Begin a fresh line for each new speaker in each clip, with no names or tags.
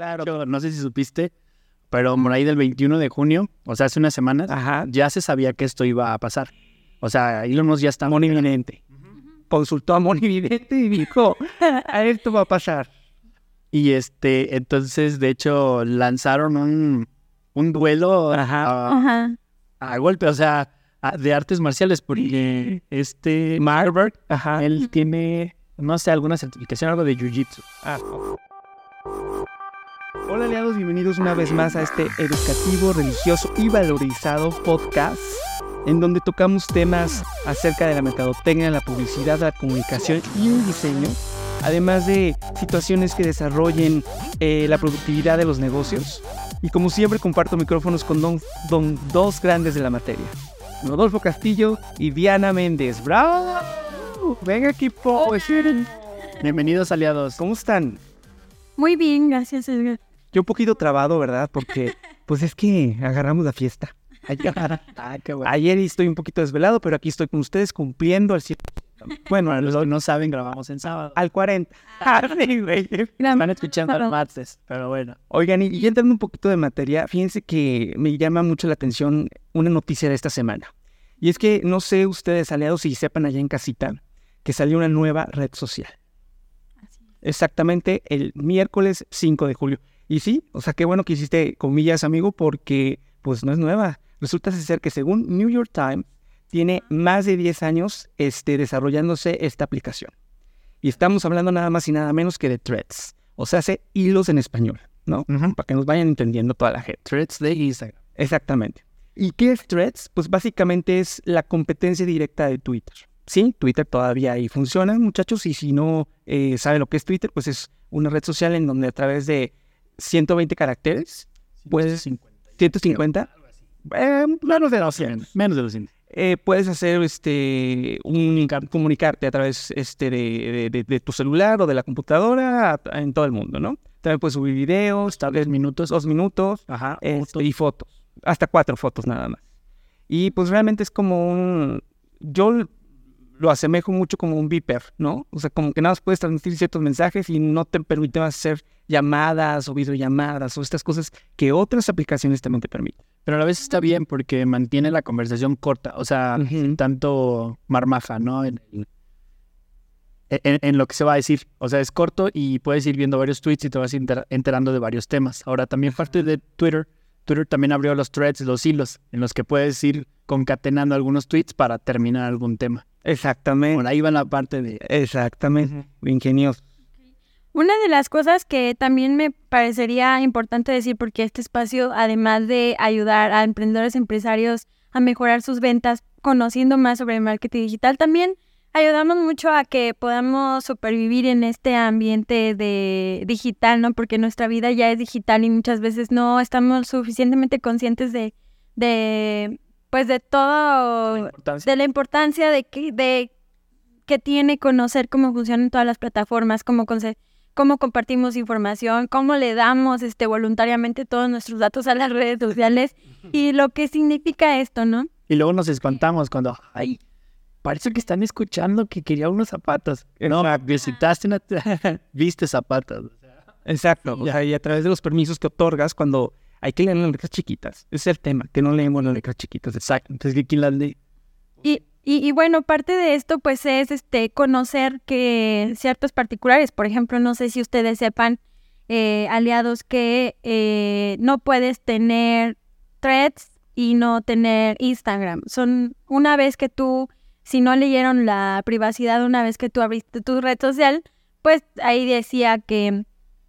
Claro. No sé si supiste, pero por ahí del 21 de junio, o sea, hace unas semanas,
Ajá.
ya se sabía que esto iba a pasar. O sea, Elon Musk ya está...
Moni Vidente. Consultó a Moni Vidente y dijo, a esto va a pasar.
Y este, entonces, de hecho, lanzaron un, un duelo
Ajá.
a,
Ajá.
a golpe, o sea, a- de artes marciales, porque este Marburg,
Ajá.
él tiene, no sé, alguna certificación, algo de Jiu-Jitsu.
Ah, ok. Hola aliados, bienvenidos una vez más a este educativo, religioso y valorizado podcast en donde tocamos temas acerca de la mercadotecnia, la publicidad, la comunicación y el diseño, además de situaciones que desarrollen eh, la productividad de los negocios. Y como siempre comparto micrófonos con don- don- dos grandes de la materia, Rodolfo Castillo y Diana Méndez. ¡Bravo! Venga
Oh.
equipo,
Bienvenidos, aliados.
¿cómo están?
Muy bien, gracias Edgar.
Yo un poquito trabado, ¿verdad? Porque, pues es que agarramos la fiesta. Ayer,
Ah, qué bueno.
ayer estoy un poquito desvelado, pero aquí estoy con ustedes cumpliendo al 100%. Bueno,
Para
al,
los que no saben, grabamos en sábado.
al 40.
Ah.
Ay, güey.
Están escuchando el
Perdón.
martes, pero bueno.
Oigan, y, y entrando un poquito de materia, fíjense que me llama mucho la atención una noticia de esta semana. Y es que no sé ustedes, aliados, si sepan allá en casita, que salió una nueva red social. Exactamente el miércoles 5 de julio. Y sí, o sea, qué bueno que hiciste comillas, amigo, porque pues no es nueva. Resulta ser que según New York Times, tiene más de 10 años este, desarrollándose esta aplicación. Y estamos hablando nada más y nada menos que de threads. O sea, hace hilos en español, ¿no? Para que nos vayan entendiendo toda la gente.
Threads de Instagram.
Exactamente. ¿Y qué es Threads? Pues básicamente es la competencia directa de Twitter. Sí, Twitter todavía ahí funciona, muchachos, y si no eh, sabe lo que es Twitter, pues es una red social en donde a través de 120 caracteres, Pues,
50.
150, eh, menos de 200,
Menos de los 100.
eh, puedes hacer este un comunicarte a través este de, de- de- de tu celular o de la computadora a- en todo el mundo, ¿no? También puedes subir videos, tal vez minutos, dos minutos,
Ajá.
este, y fotos. Hasta cuatro fotos nada más. Y pues realmente es como un. Yo l- lo asemejo mucho como un viper, ¿no? O sea, como que nada más puedes transmitir ciertos mensajes y no te permite hacer llamadas o videollamadas o estas cosas que otras aplicaciones también te permiten.
Pero a la vez está bien porque mantiene la conversación corta. O sea,
Ujú.
tanto marmaja, ¿no? En, en- en lo que se va a decir. O sea, es corto y puedes ir viendo varios tweets y te vas enter- enterando de varios temas. Ahora, también parte de Twitter. Twitter también abrió los threads, los hilos, en los que puedes ir concatenando algunos tweets para terminar algún tema.
Exactamente.
Por ahí va la parte de...
Exactamente. Ingenioso.
Una de las cosas que también me parecería importante decir, porque este espacio, además de ayudar a emprendedores empresarios a mejorar sus ventas, conociendo más sobre el marketing digital, también ayudamos mucho a que podamos supervivir en este ambiente de digital, ¿no? Porque nuestra vida ya es digital y muchas veces no estamos suficientemente conscientes de, de pues de todo
importancia.
de la importancia de que, de que tiene conocer cómo funcionan todas las plataformas, cómo, conse- cómo compartimos información, cómo le damos este, voluntariamente todos nuestros datos a las redes sociales y lo que significa esto, ¿no?
Y luego nos espantamos cuando, ay, parece que están escuchando que quería unos zapatos. No, visitaste una... Viste zapatos.
Exacto.
Sí,
o
ya.
sea, y a través de los permisos que otorgas cuando hay que leer las letras chiquitas. Ese es el tema, que no leemos las letras chiquitas. Exacto.
Entonces, ¿quién las lee?
Y, y, y bueno, parte de esto pues es este conocer que ciertos particulares, por ejemplo, no sé si ustedes sepan, eh, aliados, que eh, no puedes tener threads y no tener Instagram. Son una vez que tú, si no leyeron la privacidad, una vez que tú abriste tu red social, pues ahí decía que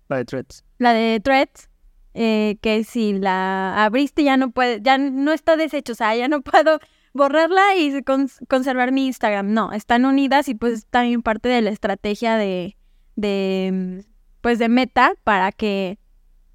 La de threads.
la de Threads, eh, que si la abriste ya no puede, ya no está deshecho, o sea, ya no puedo borrarla y con- conservar mi Instagram. No, están unidas y pues es también parte de la estrategia de, de, mm, pues de Meta para que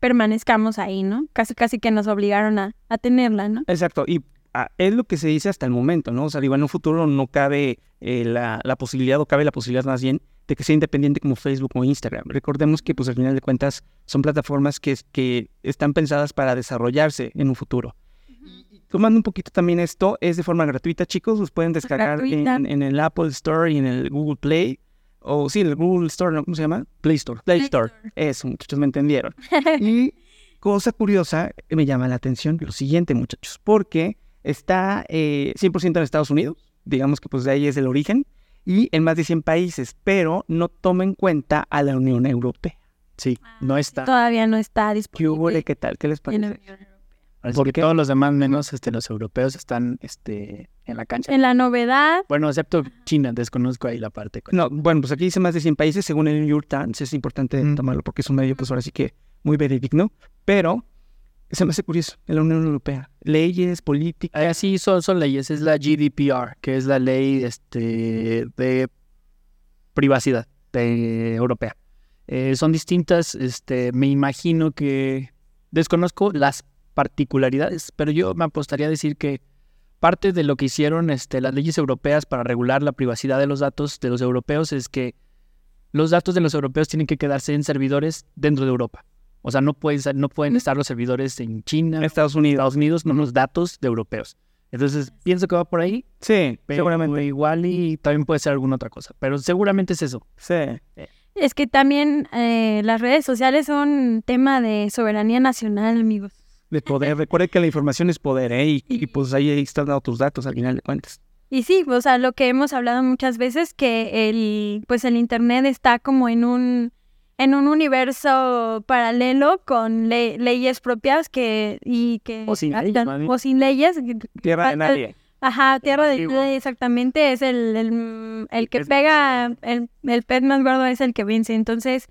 permanezcamos ahí, ¿no? Casi, casi que nos obligaron a, a tenerla, ¿no?
Exacto. Y ah, es lo que se dice hasta el momento, ¿no? O sea, digo, en un futuro no cabe eh, la, la posibilidad, o cabe la posibilidad más bien, de que sea independiente como Facebook o Instagram. Recordemos que, pues, al final de cuentas, son plataformas que, es- que están pensadas para desarrollarse en un futuro. Y Tomando un poquito también esto, es de forma gratuita, chicos. Los pueden descargar en,
Gratuita.
en el Apple Store y en el Google Play. o sí, el Google Store, ¿no? ¿Cómo se llama?
Play Store.
Play Store. Eso, muchachos, me entendieron. Y cosa curiosa, eh, me llama la atención lo siguiente, muchachos, porque está eh, 100% en Estados Unidos, digamos que pues de ahí es el origen, y en más de 100 países, pero no toma en cuenta a la Unión Europea.
Sí, no está.
Todavía no está
¿Qué hubo?
disponible.
¿Qué tal? ¿Qué les
en,
parece?
Así
¿Por
que
qué?
todos los demás, menos este, los europeos, están este, en la cancha.
en la novedad,
Bueno, excepto China, desconozco ahí la parte.
No, bueno, pues aquí dice más de 100 países, según el New York Times, es importante
Mm.
tomarlo porque es un medio, pues ahora sí que muy verídico, pero se me hace curioso, en la Unión Europea, leyes, políticas,
Eh, sí, son, son leyes. Es la GDPR, que es la ley este, de privacidad de- europea. Eh, son distintas. Este, me imagino que desconozco las particularidades, pero yo me apostaría a decir que parte de lo que hicieron este, las leyes europeas para regular la privacidad de los datos de los europeos es que los datos de los europeos tienen que quedarse en servidores dentro de Europa. O sea, no pueden, ser- no pueden estar los servidores en China,
Estados Unidos.
Estados Unidos, no los datos de europeos. Entonces, pienso que va por ahí,
Sí,
pero
seguramente.
igual y también puede ser alguna otra cosa. Pero seguramente es eso.
Sí.
es que también eh, las redes sociales son tema de soberanía nacional, amigos.
De poder. Recuerda que la información es poder, ¿eh? Y, y, pues ahí, ahí están dando tus datos al final de cuentas.
Y sí, o sea, lo que hemos hablado muchas veces que el pues el internet está como en un en un universo paralelo con le- leyes propias que y que
O sin leyes,
ah,
más bien.
o sin leyes.
Tierra de
Ah,
nadie.
Ajá, tierra de
Sí, bueno.
nadie, exactamente es el, el, el que
pez más
pega el, el pez más gordo es el que vence. Entonces,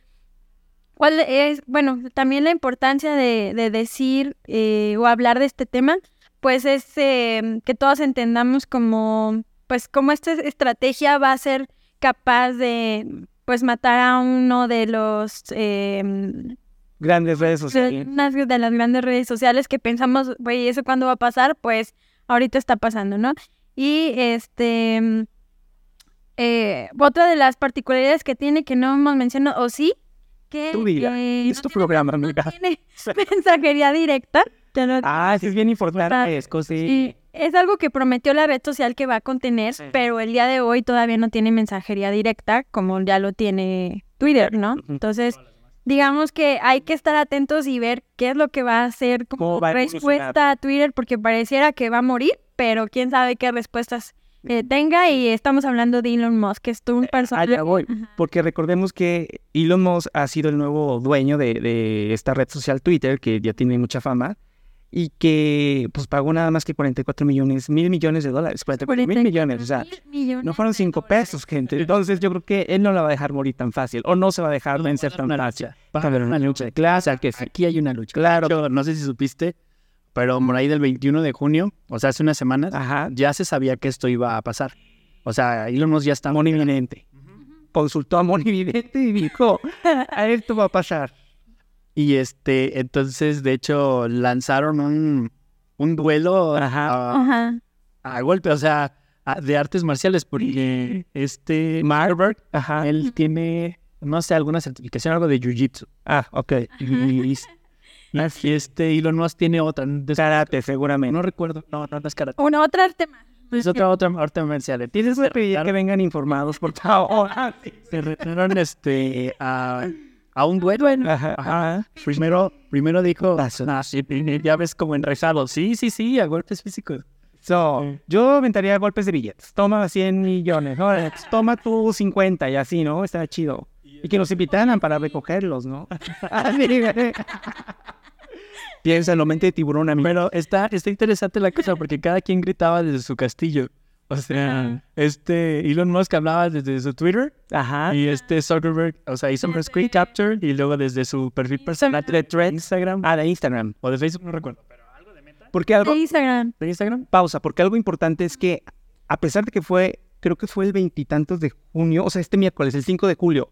¿cuál es bueno, también la importancia de, de decir eh, o hablar de este tema? pues es eh, que todos entendamos como, pues cómo esta estrategia va a ser capaz de, pues matar a uno de los, eh,
Grandes redes
de,
sociales.
unas de las grandes redes sociales que pensamos, güey, ¿eso cuándo va a pasar? Pues ahorita está pasando, ¿no? Y este, eh, otra de las particularidades que tiene que no hemos mencionado, o sí, que
Tú dila,
eh,
Es
no
tu
tiene-
programa,
no
amiga.
tiene mensajería directa. te lo-
Ah, sí, es bien importante.
Importante.
Es cosa.
y es algo que prometió la red social que va a contener,
Sí.
pero el día de hoy todavía no tiene mensajería directa como ya lo tiene Twitter, ¿no?
Ujú.
Entonces, digamos que hay que estar atentos y ver qué es lo que va a hacer como
¿Cómo va a
respuesta a Twitter, porque pareciera que va a morir, pero quién sabe qué respuestas eh, tenga. Y estamos hablando de Elon Musk, que es un personaje.
Eh, Allá voy.
Ajá.
Porque recordemos que Elon Musk ha sido el nuevo dueño de, de esta red social Twitter, que ya tiene mucha fama, y que pues pagó nada más que 44 millones, mil millones de dólares. 44 mil millones, o sea,
millones
no fueron
de
cinco
dólares.
pesos, gente. Entonces yo creo que él no la va a dejar morir tan fácil, o no se va a dejar vencer tan fácil.
Va a haber una lucha de clase. que Aquí hay una lucha. Claro. no sé si supiste, pero por ahí del 21 de junio, o sea, hace unas semanas,
Ajá,
ya se sabía que esto iba a pasar. O sea, Elon Musk ya está.
monividente. Consultó a monividente y dijo, a esto va a pasar.
Y este, entonces, de hecho, lanzaron un, un duelo
Ajá.
a-
Ajá.
a golpe, o sea, a- de artes marciales, porque este Marburg,
Ajá.
él tiene, no sé, alguna certificación, algo de jiu-jitsu.
Ah, ok.
Y, y este Elon Musk tiene otra, de-
Karate, seguramente.
no recuerdo, no, no, no es karate.
Una otra tema.
Es otra, otra arte marcial.
Tienes que pedir que vengan informados, por favor.
Se retiraron este, a, a un duelo.
Ajá. ajá.
Primero, primero dijo, "Ah, sí, ya ves como enrejado. Sí, sí, sí, a golpes físicos.
So, yo aventaría golpes de billetes. Toma 100 millones. ¿no? Pues, Toma tú 50 y así, ¿no? Está chido. Y que nos invitaran para recogerlos, ¿no? Así, güey. Piénsalo, mente de tiburón, amigo.
Pero está, está interesante la cosa porque cada quien gritaba desde su castillo. O sea, este Elon Musk hablaba desde su Twitter
Ajá.
y este Zuckerberg, o sea, hizo un screen capture y luego desde su perfil personal de Instagram
Ah, de Instagram.
o de Facebook, no recuerdo. pero
Porque algo...
De Instagram.
¿De Instagram?
pausa, porque algo importante es que, a pesar de que fue, creo que fue el veintitantos de junio, o sea, este miércoles, el 5 de julio,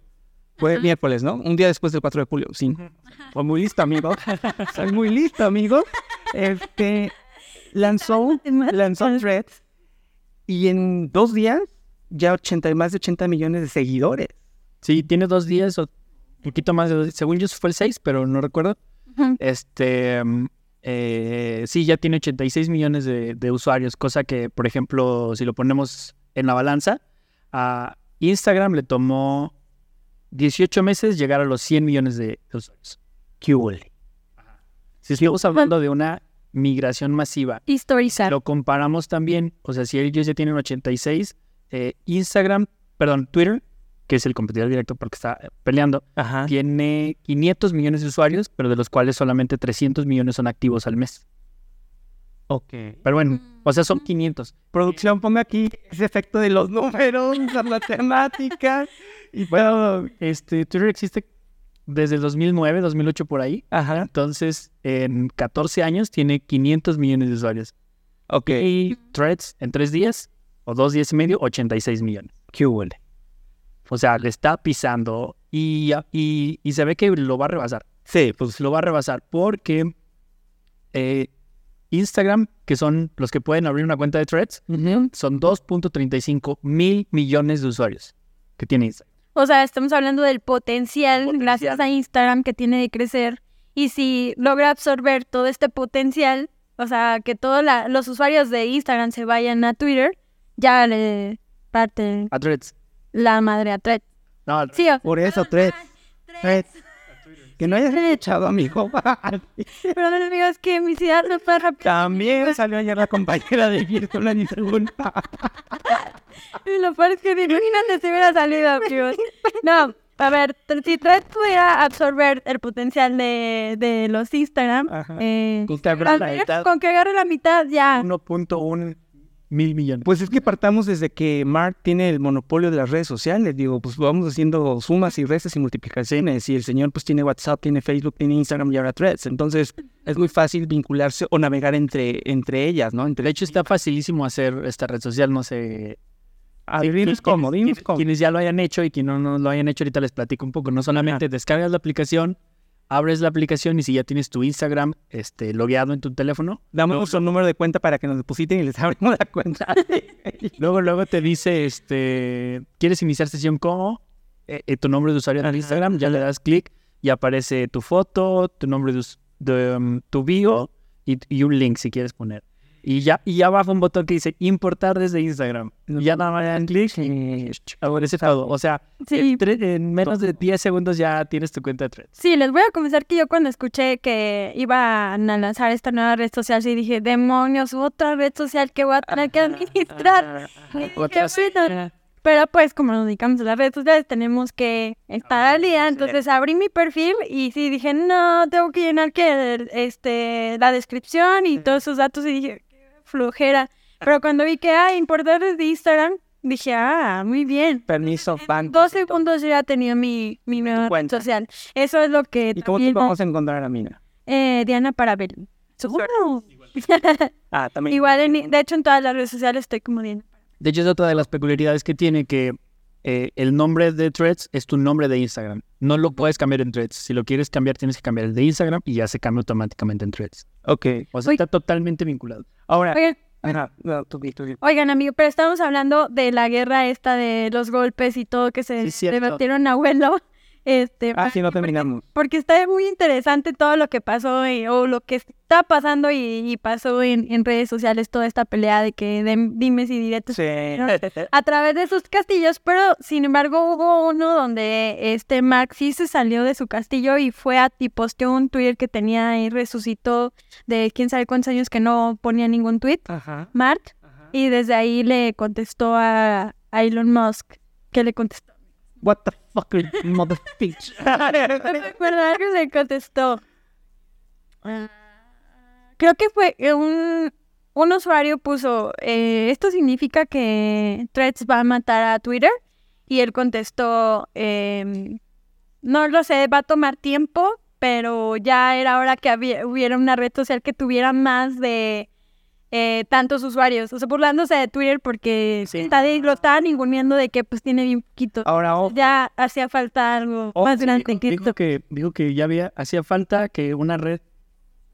fue miércoles, ¿no? Un día después del 4 de julio, sí. Fue muy listo, amigo. Soy muy listo, amigo. Este, lanzó, lanzó un thread y en dos días ya 80, y más de 80 millones de seguidores.
Sí, tiene dos días o poquito más de dos. Según yo fue el 6, pero no recuerdo.
Ujú.
Este, mm, eh, sí, ya tiene 86 millones de, de usuarios, cosa que, por ejemplo, si lo ponemos en la balanza, a Instagram le tomó 18 meses llegar a los 100 millones de usuarios.
¿Qué huele?
Si estamos hablando de una migración masiva,
Historizar.
lo comparamos también, o sea, si ellos ya tienen 86, eh, Instagram, perdón, Twitter, que es el competidor directo porque está eh, peleando,
Ajá.
tiene 500 millones de usuarios, pero de los cuales solamente 300 millones son activos al mes.
Ok.
Pero bueno, o sea, son 500.
Producción, ponga aquí ese efecto de los números, las matemáticas. Y bueno,
Este, Twitter existe desde el 2009, 2008 por ahí.
ajá.
Entonces, en 14 años tiene 500 millones de usuarios.
Ok.
Y Threads en 3 días o 2 días y medio, 86 millones.
¿Qué huele?
O sea, le está pisando y, y, y se ve que lo va a rebasar.
Sí, pues
Lo va a rebasar porque eh, Instagram, que son los que pueden abrir una cuenta de Threads, son 2.35 mil millones de usuarios que tiene Instagram.
O sea, estamos hablando del potencial,
Potencial.
gracias a Instagram que tiene de crecer. Y si logra absorber todo este potencial, o sea, que todos la- los usuarios de Instagram se vayan a Twitter, ya le parte
A Threads.
la madre a Threads.
No,
Sí, o-
por eso tres. Tres. Que no hayas escuchado, amigo.
perdón, amigos, que mi ciudad no fue rápido.
También salió ayer la compañera de Virgo, una disculpa.
Y Lo peor es que ni- imagínate si hubiera salido, amigos. No, a ver, t- si Threads pudiera absorber el potencial de, de los Instagram,
Ajá.
eh,
Con que abra la
con-
mitad.
con que agarre la mitad ya.
1.1 mil millones.
Pues es que partamos desde que Mark tiene el monopolio de las redes sociales. Digo, pues vamos haciendo sumas y restas y multiplicaciones. Y el señor pues tiene WhatsApp, tiene Facebook, tiene Instagram y ahora Threads. Entonces es muy fácil vincularse o navegar entre, entre ellas, ¿no? Entre
De hecho, está facilísimo hacer esta red social, no sé.
a dinos cómo, dinos
quienes-
cómo.
Quienes ya lo hayan hecho y quienes no, no lo hayan hecho, ahorita les platico un poco. No solamente descargas la aplicación, abres la aplicación y si ya tienes tu Instagram este, logueado en tu teléfono,
Damos nuestro número de cuenta para que nos depositen y les abrimos la cuenta.
luego luego te dice, este, ¿quieres iniciar sesión como? Eh, eh, tu nombre de usuario en Instagram, ya le das clic y aparece tu foto, tu nombre de, us- de, um, tu bio y, y un link si quieres poner. Y ya, y ya abajo un botón que dice importar desde Instagram. Y ya nada más le dan clic y aparece todo. O sea,
Sí.
en, tre- en menos de 10 segundos ya tienes tu cuenta de Threads.
Sí, les voy a confesar que yo cuando escuché que iban a lanzar esta nueva red social, sí dije, demonios, otra red social que voy a tener que administrar. Y dije,
Otra
"Bueno". Pero pues como nos dedicamos a las redes sociales, tenemos que estar al día. Entonces abrí mi perfil y sí dije, no, tengo que llenar que el- este la descripción y todos esos datos y dije, "Qué flojera. Pero cuando vi que, ah, importar desde Instagram, dije, ah, muy bien.
Permiso,
En
banco.
dos segundos yo ya tenía mi, mi nueva red
cuenta.
social. Eso es lo que
¿Y cómo te
también,
vamos a encontrar a Mina?
eh, Diana Parabel.
Ah, también.
Igual, en- de hecho, en todas las redes sociales estoy como Diana.
De hecho, es otra de las peculiaridades que tiene que eh, el nombre de Threads es tu nombre de Instagram. No lo puedes cambiar en Threads. Si lo quieres cambiar, tienes que cambiar el de Instagram y ya se cambia automáticamente en Threads.
Ok.
O sea,
Uy.
está totalmente vinculado.
Ahora.
Oigan,
Ajá, no, tú, di, tú, di.
oigan, amigo, pero estamos hablando de la guerra esta de los golpes y todo que se
Sí, cierto.
debatieron abuelo. Este,
Ah, sí, no terminamos.
porque está muy interesante todo lo que pasó eh, o lo que está pasando y, y pasó en, en redes sociales, toda esta pelea de que de- dimes y directos
Sí.
a través de sus castillos, pero sin embargo hubo uno donde este Mark sí se salió de su castillo y fue a, y posteó un Twitter que tenía y resucitó de quién sabe cuántos años que no ponía ningún tweet,
Ajá.
Mark, y desde ahí le contestó a, a Elon Musk, que le contestó,
What the fuck,
no me
motherfucker.
acuerdo, algo le contestó. Ah, Creo que fue eh, un, un usuario puso, eh, esto significa que Threads va a matar a Twitter. Y él contestó, em, no lo sé, va a tomar tiempo, pero ya era hora que había- hubiera una red social que tuviera más de eh, tantos usuarios. O sea, burlándose de Twitter porque
Sí.
está de, lo está ninguneando de que pues tiene bien poquito.
Ahora, oh, ojo.
Ya hacía falta algo
Ah, Oh,
más
sí,
grande que
Dijo
esto.
que, dijo que ya había, hacía falta que una red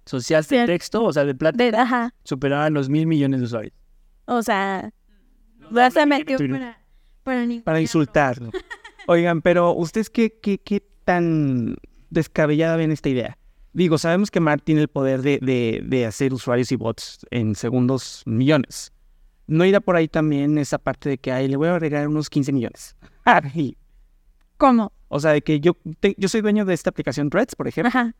social de
Social.
texto, o sea, de plata,
De- ajá,
superara los mil millones de usuarios.
o sea, ya se metió
Twitter.
para, para ni-
para insultarlo. Oigan, pero ¿ustedes qué, qué, qué tan descabellada ven esta idea? Digo, sabemos que Mark tiene el poder de, de- de hacer usuarios y bots en segundos millones. no irá por ahí también esa parte de que, ay, le voy a agregar unos 15 millones. Ah, y-
¿Cómo?
o sea, de que yo, te- yo soy dueño de esta aplicación Threads, por ejemplo,
Ajá.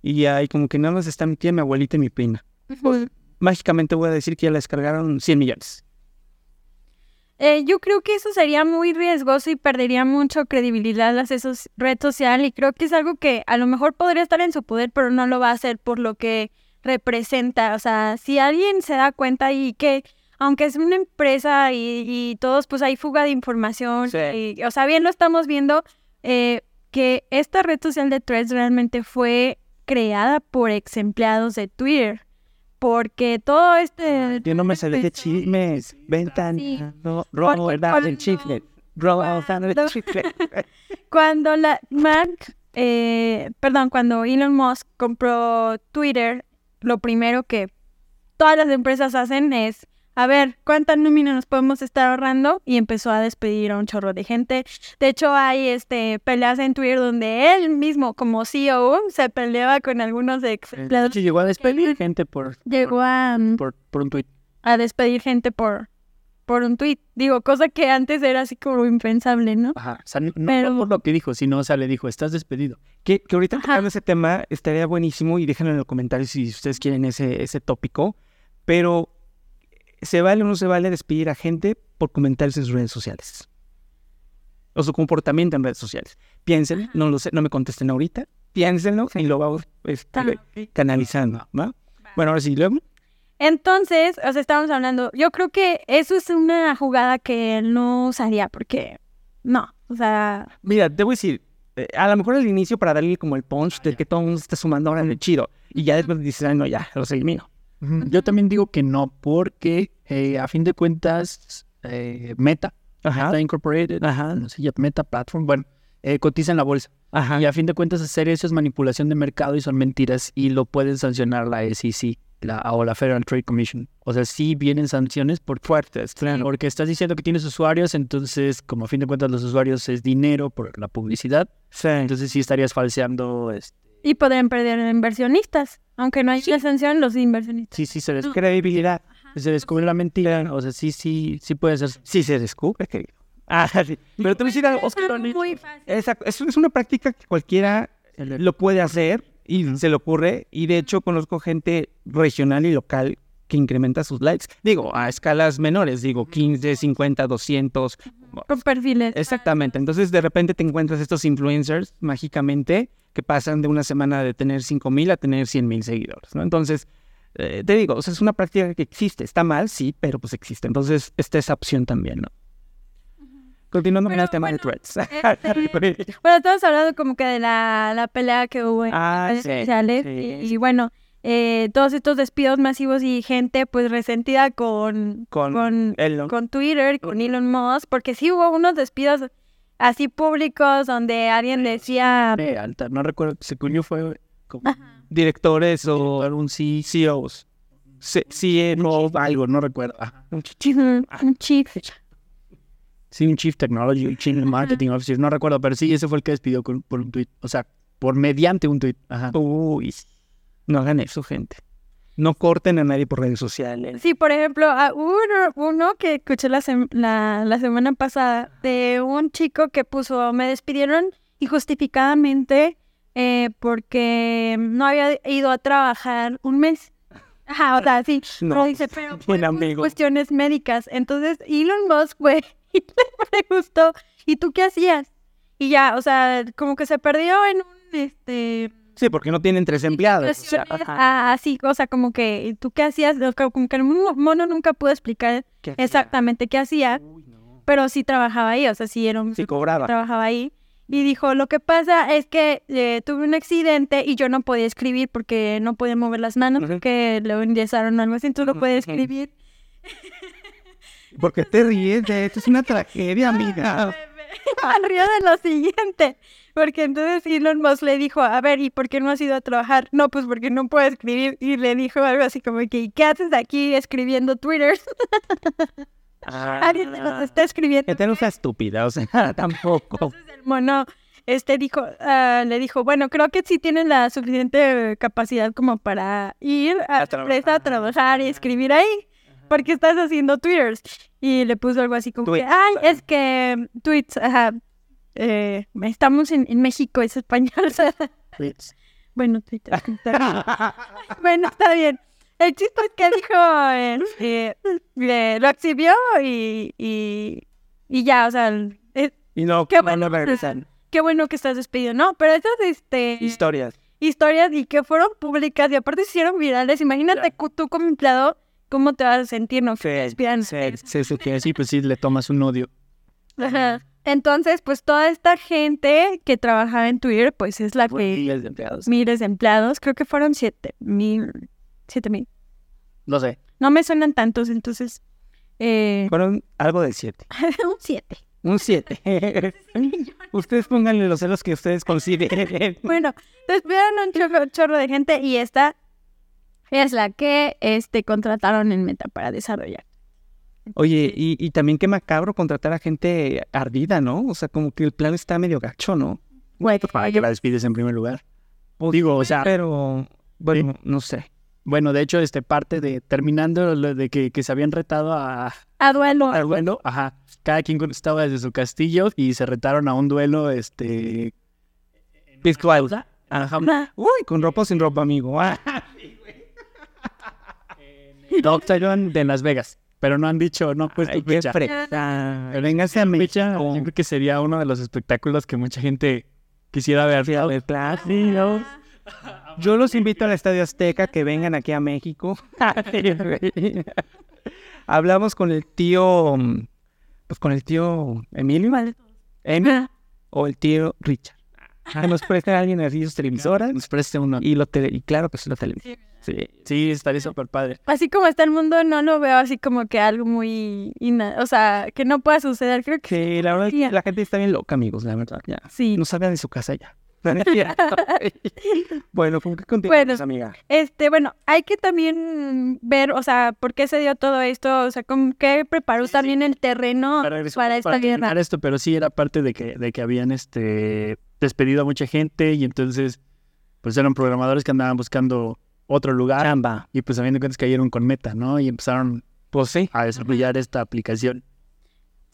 y ahí como que nada más está mi tía, mi abuelita y mi prima. Pues, Mágicamente voy a decir que ya la descargaron 100 millones.
Eh, yo creo que eso sería muy riesgoso y perdería mucho credibilidad hacia esa red social y creo que es algo que a lo mejor podría estar en su poder, pero no lo va a hacer por lo que representa. O sea, si alguien se da cuenta y que, aunque es una empresa y, y todos, pues hay fuga de información,
Sí.
y, o sea, bien lo estamos viendo, eh, que esta red social de Threads realmente fue creada por ex empleados de Twitter, porque todo este...
Yo no me sabía de
empezó-
chismes, ventan,
Sí.
no,
Porque
robo,
cuando-
el chifle, robo,
Cuando-
el chifle.
cuando la Mark, eh, perdón, cuando Elon Musk compró Twitter, lo primero que todas las empresas hacen es, a ver, ¿cuánta nómina nos podemos estar ahorrando? Y empezó a despedir a un chorro de gente. De hecho, hay este peleas en Twitter donde él mismo, como CEO, se peleaba con algunos ex
De
empleados.
hecho, llegó a despedir gente por,
Llegó a, mm,
por, por un tuit.
a despedir gente por, por un tweet. Digo, cosa que antes era así como impensable, ¿no?
Ajá. O sea, no, no
Pero-
por lo que dijo, sino, o sea, le dijo, estás despedido.
Que, que ahorita
Ajá.
tocando ese tema estaría buenísimo y déjenlo en los comentarios si ustedes quieren ese, ese tópico. Pero, eh, ¿se vale o no se vale despedir a gente por comentarios en sus redes sociales? O su comportamiento en redes sociales. Piénsenlo, no lo sé, no me contesten ahorita. Piénsenlo y lo vamos este, canalizando, ¿va? Bueno, ahora sí, luego.
Entonces, o sea, estamos hablando, yo creo que eso es una jugada que él no usaría porque no, o sea,
Mira, te voy a decir, eh, a lo mejor al inicio para darle como el punch de que todo el mundo se está sumando ahora en el chido. Y ya después dices, "Ay, no, ya, los elimino.
Yo también digo que no, porque eh, a fin de cuentas, eh, Meta,
Ajá,
Meta Incorporated,
Ajá.
no sé, ya Meta Platform, bueno, eh, cotiza en la bolsa.
ajá.
Y a fin de cuentas, hacer eso es manipulación de mercado y son mentiras y lo pueden sancionar la SEC la, o la Federal Trade Commission. O sea, sí vienen sanciones por fuertes,
claro.
Porque estás diciendo que tienes usuarios, entonces, como a fin de cuentas, los usuarios es dinero por la publicidad.
Sí.
Entonces, sí estarías falseando. este,
y podrían perder inversionistas, aunque no haya sanción los inversionistas.
sí, sí, se, des-
credibilidad.
se descubre la mentira. O sea, sí, sí, sí puede ser.
Sí, se descubre, querido. Ah, sí. Pero te voy a decir algo.
Es algo Pues muy fácil.
Esa- es, es una práctica que cualquiera lo puede hacer y se le ocurre. Y de hecho, conozco gente regional y local que incrementa sus likes. Digo, a escalas menores, digo, 15, 50, 200.
Con perfiles.
Exactamente. Entonces, de repente te encuentras estos influencers mágicamente que pasan de una semana de tener 5 mil a tener 100 mil seguidores, ¿no? Entonces, eh, te digo, o sea, es una práctica que existe. Está mal, sí, pero pues existe. Entonces, está esa opción también, ¿no? Continuando con
Pero
el tema de
bueno,
threads.
este- Bueno, estamos hablando como que de la, la pelea que hubo en
Ah,
redes
sí,
sociales
sí.
y, y bueno, eh, todos estos despidos masivos y gente pues resentida con,
Con
con
él, ¿no?
con Twitter, con Elon Musk, porque sí hubo unos despidos así públicos donde alguien decía,
Eh, alta. No recuerdo, según yo fue como
Directores o
un sí,
CEOs. C- CMO, algo.
algo, no recuerdo. Ajá.
"Mm, un chip".
Sí, un Chief Technology, un Chief Marketing Officer, no recuerdo, pero sí, ese fue el que despidió con- por un tweet. O sea, por mediante un tweet. Ajá.
Uy, no hagan eso, gente. No corten a nadie por redes sociales.
Sí, por ejemplo, ah, hubo uno, uno que escuché la, sem- la, la semana pasada de un chico que puso, me despidieron injustificadamente eh, porque no había ido a trabajar un mes. Ajá, o sea, sí.
No,
pero dice, pero
bien,
fue por
amigo.
cuestiones médicas. Entonces Elon Musk fue y le preguntó, ¿y tú qué hacías? Y ya, o sea, como que se perdió en un, este,
Sí, porque no tienen tres empleados. o sea,
situaciones,
ajá.
ah, así, o sea, como que ¿y tú qué hacías, O co- como que el mono mono nunca pudo explicar
¿Qué hacía?
exactamente qué hacía,
Uy, no.
pero sí trabajaba ahí, o sea, sí era un
Sí, cobraba.
trabajaba ahí. Y dijo, lo que pasa es que eh, tuve un accidente y yo no podía escribir porque no podía mover las manos,
Ujú.
porque lo enyesaron o algo así, entonces no podía
Ujú.
escribir.
¿Por qué te ríes de esto? Es una tragedia, amiga.
Al río de lo siguiente, porque entonces Elon Musk le dijo, a ver, ¿y por qué no has ido a trabajar? No, pues porque no puedo escribir. Y le dijo algo así como que, "¿Y ¿qué haces aquí escribiendo Twitter?
Ah.
Alguien te los está escribiendo.
Gente no sea estúpida, o sea, tampoco.
Entonces el mono este dijo, ah, le dijo, bueno, creo que sí tienen la suficiente capacidad como para ir a,
A
la empresa a
trabajar.
trabajar y escribir ahí. ¿por qué estás haciendo twitters? Y le puso algo así como que,
Tweets.
ay, es que tweets, ajá, eh, estamos en, en México, es español. bueno, Twitter. está bien. bueno, está bien. El chiste es que dijo, eh, eh, le- lo exhibió y, y, y ya, o sea, el- eh,
Y no,
Qué
no,
bueno.
no regresan.
qué bueno que estás despedido, ¿no? Pero estas, este...
Historias.
historias y que fueron públicas y aparte se hicieron virales. Imagínate cu- tú como empleado, ¿cómo te vas a sentir? No,
Sí,
que respiran.
sí.
Sí, sí, sí, sí, pues sí, le tomas un odio.
Ajá. Entonces, pues toda esta gente que trabajaba en Twitter, pues es la que
Miles de empleados.
miles de empleados, creo que fueron siete mil, siete mil.
Lo sé.
No me suenan tantos, entonces, eh,
Fueron algo de siete.
un siete.
Un siete. ustedes pónganle los celos que ustedes consideren.
Bueno, despidieron un chorro, chorro de gente y esta es la que este contrataron en Meta para desarrollar.
Oye, y, y también qué macabro contratar a gente ardida, ¿no? O sea, como que el plan está medio gacho, ¿no?
Para que la despides en primer lugar. Digo, o sea,
Pero, bueno, no sé.
bueno, de hecho, este parte de terminando lo de que, que se habían retado a,
A duelo.
al duelo, ajá, cada quien estaba desde su castillo y se retaron a un duelo, este,
Virtual.
ajá,
Uy, con ropa o sin ropa, amigo. Ah,
Octagon de Las Vegas, pero no han dicho, no han puesto
ay, pues, qué
fecha.
fresa.
Pero vénganse a Mecha,
México.
yo creo que sería uno de los espectáculos que mucha gente quisiera ver.
Fui a ver Plácidos. Yo los invito al Estadio Azteca que vengan aquí a México. Hablamos con el tío, mm, pues con el tío Emilio, Emilio o el tío Richard. Que nos presten a alguien así sus televisoras
Nos preste uno.
y, lo tele- y claro que Ah, sí lo televisión. Sí.
Sí, estaría súper padre.
así como está el mundo, no lo veo así como que algo muy, ina- o sea, que no pueda suceder. Creo que
Sí, la verdad es que la gente está bien loca, amigos, la verdad. Ya.
sí.
No salgan de su casa ya. bueno, ¿con qué continuamos,
Bueno.
amiga?
Este, bueno, hay que también ver, o sea, por qué se dio todo esto, o sea, con qué preparó también el terreno
Para regresar-
para esta guerra.
terminar esto, pero sí era parte de que, de que habían este, despedido a mucha gente y entonces, pues eran programadores que andaban buscando otro lugar
Chamba.
y pues sabiendo cuentas cayeron con Meta, ¿no? Y empezaron
Pues sí.
a desarrollar esta aplicación.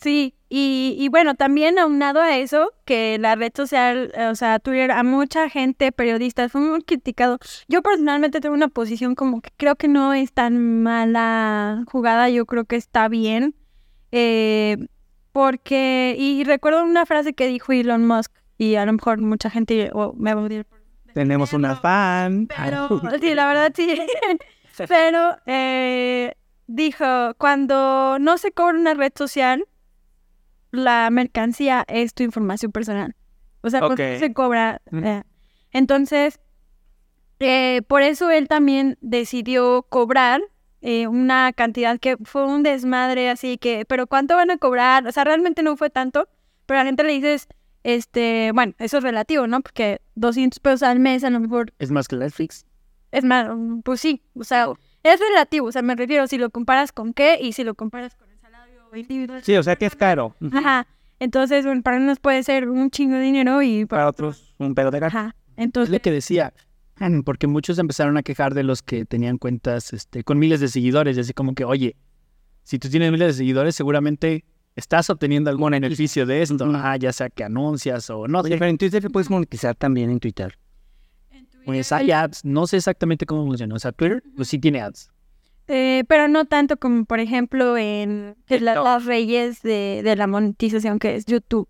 Sí, y, y bueno, también aunado a eso, que la red social, eh, o sea, Twitter, a mucha gente, periodistas, fue muy criticado. Yo personalmente tengo una posición como que creo que no es tan mala jugada, yo creo que está bien. eh, porque, y recuerdo una frase que dijo Elon Musk, y a lo mejor mucha gente o me va a odiar por-
Tenemos una fan.
pero, sí, la verdad sí. Pero eh, dijo, cuando no se cobra una red social, la mercancía es tu información personal. O sea, cuando
Ok.
se cobra.
Mm.
eh, entonces, eh, por eso él también decidió cobrar eh, una cantidad que fue un desmadre, así que, pero ¿cuánto van a cobrar? O sea, realmente no fue tanto, pero a la gente le dices, este, bueno, eso es relativo, ¿no? Porque 200 pesos al mes a lo mejor
Es más que Netflix.
es más, mm, pues sí, o sea, es relativo, o sea, me refiero si lo comparas con qué y si lo comparas con el salario individual.
Sí, o sea que es caro.
Ajá. Entonces, bueno, para unos puede ser un chingo de dinero y para,
Para otros, un pedo de gato.
Ajá.
Es
Entonces,
lo que decía, "Mm", porque muchos empezaron a quejar de los que tenían cuentas este, con miles de seguidores, y así como que, oye, si tú tienes miles de seguidores, seguramente estás obteniendo algún beneficio de esto, ajá, ya sea que anuncias o no
Oye,
sé,
pero en Twitter te puedes monetizar también en Twitter.
pues hay ads, no sé exactamente cómo funciona, o sea, Twitter pues sí tiene ads.
eh, pero no tanto como, por ejemplo, en en la- las leyes de, de la monetización que es YouTube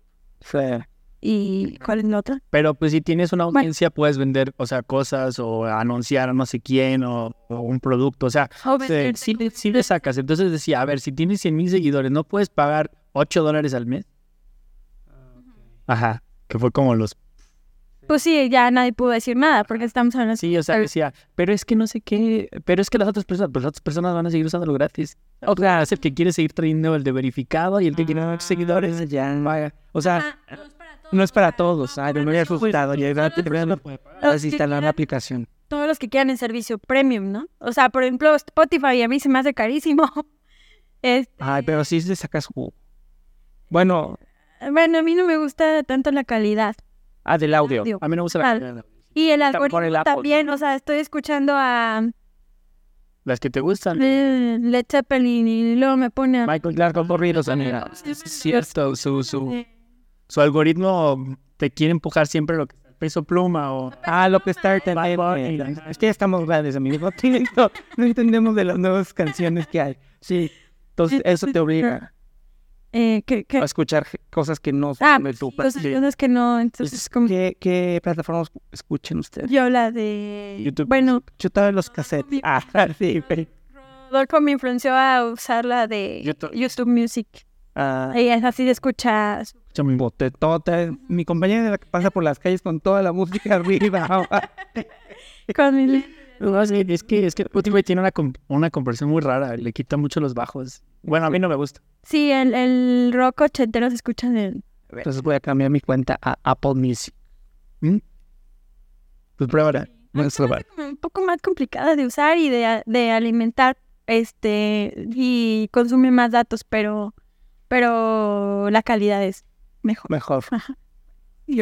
y ¿cuál es la otra?
Pero pues si tienes una audiencia puedes vender, o sea, cosas o anunciar a no sé quién o, o un producto, o sea,
O
se-
venderte
sí, le-
como-
sí le sacas. Entonces decía, a ver, si tienes 100 mil seguidores, ¿no puedes pagar 8 dólares al mes? Ajá, que fue como los...
Pues sí, ya nadie pudo decir nada porque estamos hablando
Sí, o sea, decía, pero es que no sé qué, pero es que las otras personas, pues las otras personas van a seguir usándolo gratis. O sea, es el que quiere seguir trayendo el de verificado y
Ah.
el que tiene ocho seguidores.
ya. Vaya. O sea,
Ajá, Ah, no es para todos.
no es para todos. Ay, yo me había
pues,
asustado. Ya ya- ya- ya-
Los
ya-
pues, que
instalar la
quieran.
aplicación.
todos los que quieran el servicio premium, ¿no? O sea, por ejemplo, Spotify a mí se me hace carísimo. Este,
Ay, pero sí le sacas jugo. Bueno,
bueno, a mí no me gusta tanto la calidad.
ah, del audio.
Audio.
A mí no me gusta
Ah,
la...
Y el
Está por
algoritmo
el Apple.
también, o sea, estoy escuchando a...
Las que te gustan.
Eh, Led Zeppelin y luego me pone a...
Michael Clark corridos, amiga. Es cierto, su, su,
eh,
su algoritmo te quiere empujar siempre lo que peso pluma o
Ah, lo que está
eh,
Bad Bunny.
entendiendo. Es que ya estamos grandes, amigos. No, no entendemos de las nuevas canciones que hay. Sí. Entonces, eso te obliga
Eh, que, que-
a escuchar cosas que no
Ah,
me tu-
entonces yo no es que no, entonces como
¿Qué, qué plataformas escuchan ustedes?
yo la de...
YouTube.
Bueno,
Chutaba los cassettes. Ah, sí, güey.
Rodolfo me influenció a usar la de
YouTube.
YouTube, Music.
Ah,
Ella es así de escuchar
Chami-
botetota. Mi compañera es la que pasa por las calles con toda la música arriba.
con mi...
No, sí, es que es que Spotify tiene una, comp- una compresión muy rara, le quita mucho los bajos. Bueno, a mí no me gusta.
Sí, el, el rock ochentero se escucha ah, en el...
Entonces voy a cambiar mi cuenta a Apple Music. ¿Mm?
Pues pruébala.
Bueno,
Se me hace como un poco más complicada de usar y de, de alimentar este y consume más datos pero pero la calidad es mejor
Mejor.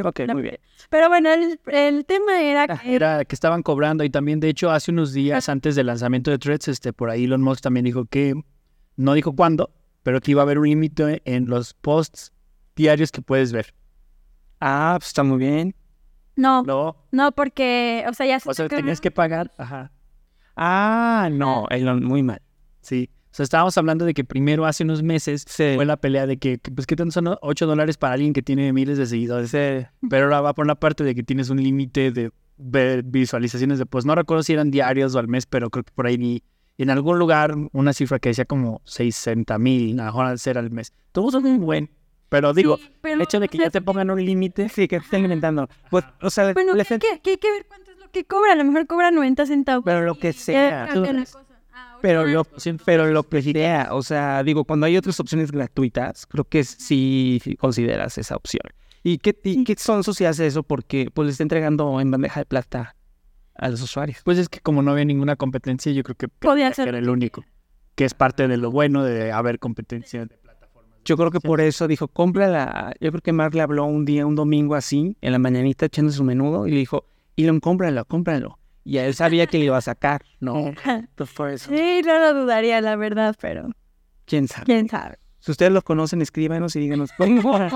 Ok,
La-
muy bien.
pero bueno el, el tema era que
Ah, Era que estaban cobrando y también de hecho hace unos días antes del lanzamiento de Threads, este por ahí Elon Musk también dijo que no dijo cuándo, pero que iba a haber un límite en los posts diarios que puedes ver.
Ah, pues está muy bien.
no
No,
no porque o sea ya se
o sea,
toca-
tenías que pagar, ajá.
Ah, no, Elon, muy mal.
Sí. O sea, estábamos hablando de que primero hace unos meses
Sí.
fue la pelea de que, que, pues, ¿qué tanto son 8 dólares para alguien que tiene miles de seguidores?
sí.
Pero ahora va por la parte de que tienes un límite de ver visualizaciones de post. No recuerdo si eran diarios o al mes, pero creo que por ahí vi en algún lugar una cifra que decía como 60 mil, ahora al ser al mes. Todos son un buen. Pero digo,
Sí, pero
el hecho de que ya
o sea,
te pongan un límite,
Sí, que estén inventando. Pues, o sea,
bueno
les-
que, que- que hay que ver cuánto es lo que cobra a lo mejor cobra 90 centavos
pero lo que
Ya
sea.
cambia la cosa. Ah,
Pero
ahorita-
lo, pero lo que sea. O sea, digo, cuando hay otras opciones gratuitas, creo que sí consideras esa opción. ¿Y qué, y qué sonso si hace eso? Porque pues le está entregando en bandeja de plata a los usuarios.
pues es que como no había ninguna competencia, yo creo que
Podía ser.
era el único. Que es parte de lo bueno de haber competencia.
Yo creo que por eso dijo, cómprala. Yo creo que Mark le habló un día, un domingo así, en la mañanita echando su menudo y le dijo, Elon, cómpralo, cómpralo. Y él sabía que le iba a sacar, ¿no? Pues por eso.
sí no lo dudaría la verdad pero
¿Quién sabe?
quién sabe
Si ustedes lo conocen, escríbanos y díganos cómo,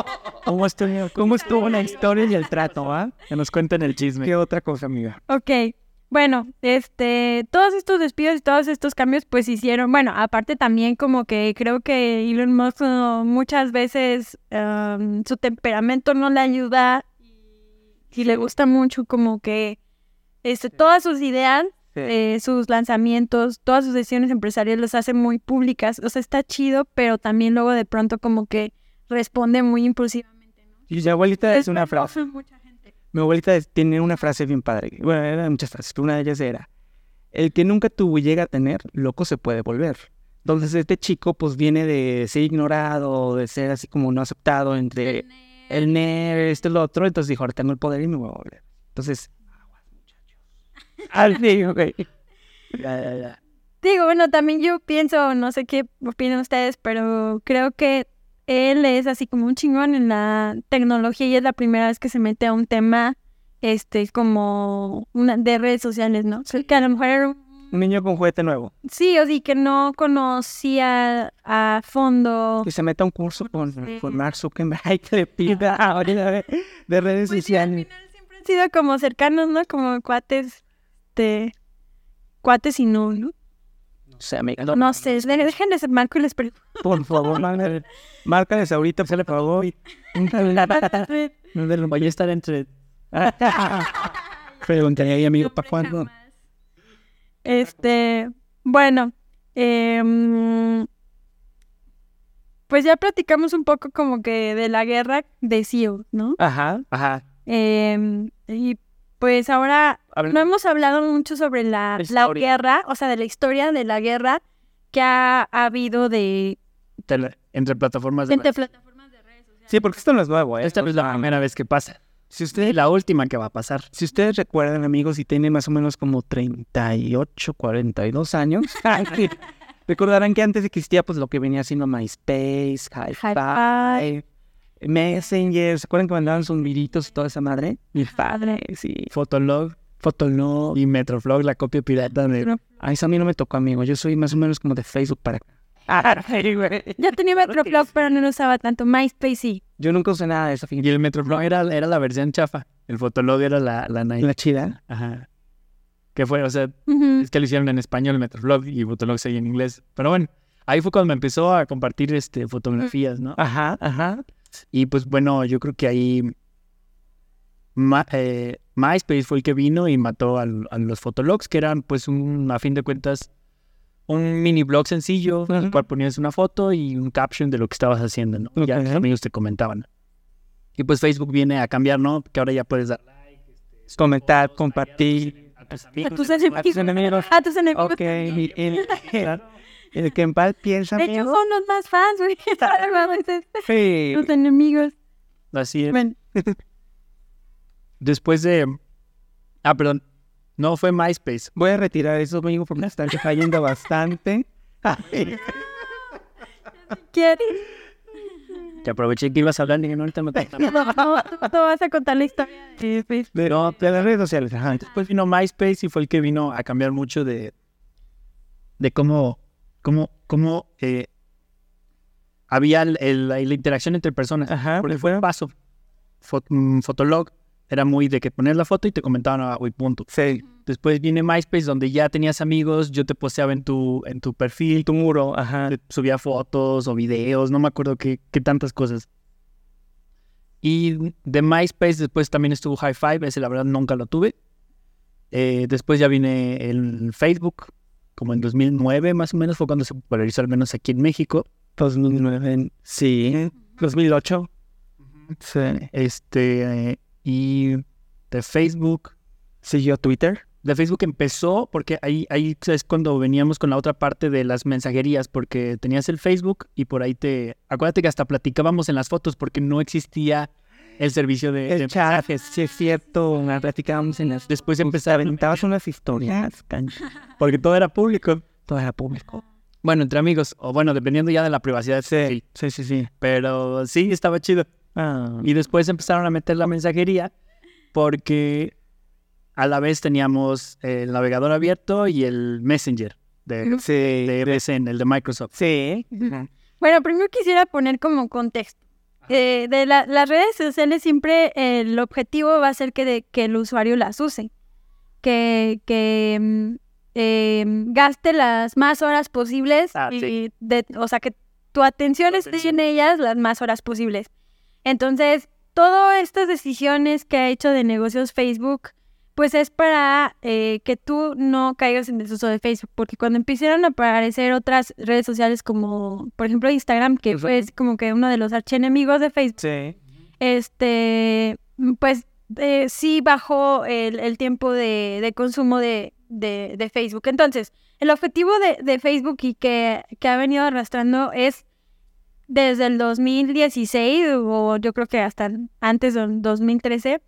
cómo estuvo, cómo estuvo la historia y el trato, ¿ah?
Que nos cuenten el chisme.
¿Qué otra cosa, amiga?
Ok, bueno, este, todos estos despidos y todos estos cambios pues hicieron, bueno, aparte también como que creo que Elon Musk uh, muchas veces um, su temperamento no le ayuda y le gusta mucho como que este, todas sus ideas, eh, sus lanzamientos, todas sus decisiones empresariales las hace muy públicas, o sea, está chido, pero también luego de pronto como que responde muy impulsivamente.
Y mi abuelita es una frase.
Mucha gente.
Mi abuelita es- tenía una frase bien padre. Bueno, eran muchas frases, pero una de ellas era: El que nunca tuvo y llega a tener, loco se puede volver. Entonces, este chico, pues viene de ser ignorado, de ser así como no aceptado entre el nerd, esto y lo otro. Entonces dijo: Ahora tengo el poder y me voy a volver. Entonces, aguas, muchachos. Así, ok. Ya, ya, ya.
Digo, bueno, también yo pienso, no sé qué opinan ustedes, pero creo que él es así como un chingón en la tecnología y es la primera vez que se mete a un tema este como una de redes sociales, ¿no? O sea, que a lo mejor era un-
Un niño con juguete nuevo.
sí, o sí que no conocía a fondo.
Que se meta a un curso con, con Mark Zuckerberg que le pida ahorita de, de redes
Pues sí, al
sociales.
final siempre han sido como cercanos, ¿no? Como cuates de cuates y no, ¿no?
O sea, amiga,
No, sé, déjenles el marco y les pregunto.
Por favor, márcale- márcales ahorita, se le pagó y... Pregúntale
Voy a estar entre...
ahí, amigo, ¿para
Siempre,
cuándo?
jamás. Este, bueno, em, pues ya platicamos un poco como que de la guerra de CEO, ¿no?
Ajá, ajá.
Em, y pues ahora
Habla-
no hemos hablado mucho sobre la,
La
la
historia.
guerra, o sea, de la historia de la guerra que ha, habido de,
tele- entre plataformas de...
entre plataformas de redes sociales.
Sí, porque esto no es nuevo, ¿eh?
Esta no es la primera vez que pasa.
Si,
Es
usted,
la última que va a pasar.
si ustedes recuerdan, amigos, y tienen más o menos como 38, 42 años, sí, recordarán que antes existía pues lo que venía siendo MySpace, Hi-Fi, Messenger, ¿se acuerdan que mandaban sus miritos y toda esa madre? Mi padre, sí.
Fotolog
Fotolog.
y Metroflog, la copia pirata de...
Ah, eso a mí no me tocó, amigo. Yo soy más o menos como de Facebook para acá.
Yo tenía Metroblog, pero no lo usaba tanto. MySpace sí.
Yo nunca usé nada de eso,
Y
fíjate.
el Metroflow era, era la versión chafa. El Fotolog era la, la Nike.
La chida.
Ajá. Que fue, o sea,
Ujú.
es que lo hicieron en español, Metroflog, y Fotolog seguía en inglés. Pero bueno, ahí fue cuando me empezó a compartir este, fotografías, ¿no?
Ajá, ajá.
Y pues bueno, yo creo que ahí Ma- eh, MySpace fue el que vino y mató al- a, los fotologs, que eran pues un, a fin de cuentas un mini blog sencillo, en
Ujú.
el cual ponías una foto y un caption de lo que estabas haciendo, ¿no? Ya
Ok.
tus amigos te comentaban. Y pues Facebook viene a cambiar, ¿no? Que ahora ya puedes dar
Comentar, compartir.
a tus
A
amigos.
tus
pues, A tus
enemigos.
enemigos.
A tus enemigos.
Ok, el, el, el que en paz piensa,
De hecho,
amigo.
son los más fans, güey.
Sí.
Tus enemigos.
Así es.
Ven.
Después de... Ah, perdón. No fue MySpace.
Voy a retirar eso, amigo, porque me están cayendo bastante. Ay,
¿Quieres?
Te aproveché que ibas a hablar y dije, no, ahorita me cuentas.
No, tú tú vas a contar la historia. de Facebook.
De, de las redes sociales. Ajá.
Después pues, vino MySpace y fue el que vino a cambiar mucho de, de cómo, cómo, cómo eh, había el- el- la, la interacción entre personas.
Ajá,
Porque fue un paso. Fo- mm, Fotolog era muy de que poner la foto y te comentaban, ah, güey, punto.
Sí,
Después viene MySpace donde ya tenías amigos, yo te posteaba en tu, en tu perfil,
tu muro, ajá.
te subía fotos o videos, no me acuerdo qué, qué tantas cosas. Y de MySpace después también estuvo High Five, ese la verdad nunca lo tuve. Eh, después ya vine el Facebook, como en 2009 más o menos, fue cuando se popularizó al menos aquí en México.
2009, sí. 2008. Sí.
Este, eh, y de Facebook,
Siguió Twitter.
de Facebook empezó porque ahí, ahí es cuando veníamos con la otra parte de las mensajerías, porque tenías el Facebook y por ahí te... Acuérdate que hasta platicábamos en las fotos porque no existía el servicio de...
El
de
chat, es- sí es cierto. La platicábamos en las...
después empezaron,
Aventabas unas historias, cancha.
porque todo era público.
Todo era público.
Bueno, entre amigos, o bueno, dependiendo ya de la privacidad. Sí.
Sí, sí, sí.
Pero sí, estaba chido.
Ah,
Y después empezaron a meter la mensajería porque a la vez teníamos el navegador abierto y el Messenger de,
sí.
de MSN, el de Microsoft.
Sí.
Bueno, primero quisiera poner como contexto. Eh, de la- las redes sociales siempre eh, el objetivo va a ser que, de- que el usuario las use, que, que mm, eh, gaste las más horas posibles,
Ah,
y
sí.
de- o sea, que tu atención esté en ellas las más horas posibles. Entonces, todas estas decisiones que ha hecho de negocios Facebook, pues es para eh, que tú no caigas en desuso de Facebook, porque cuando empezaron a aparecer otras redes sociales como, por ejemplo, Instagram, que
Ujú.
fue es como que uno de los archienemigos de Facebook,
Sí.
este, pues eh, sí bajó el, el tiempo de, de consumo de, de- de Facebook. Entonces, el objetivo de, de Facebook y que, que ha venido arrastrando es desde el 2016 o yo creo que hasta antes del 2013,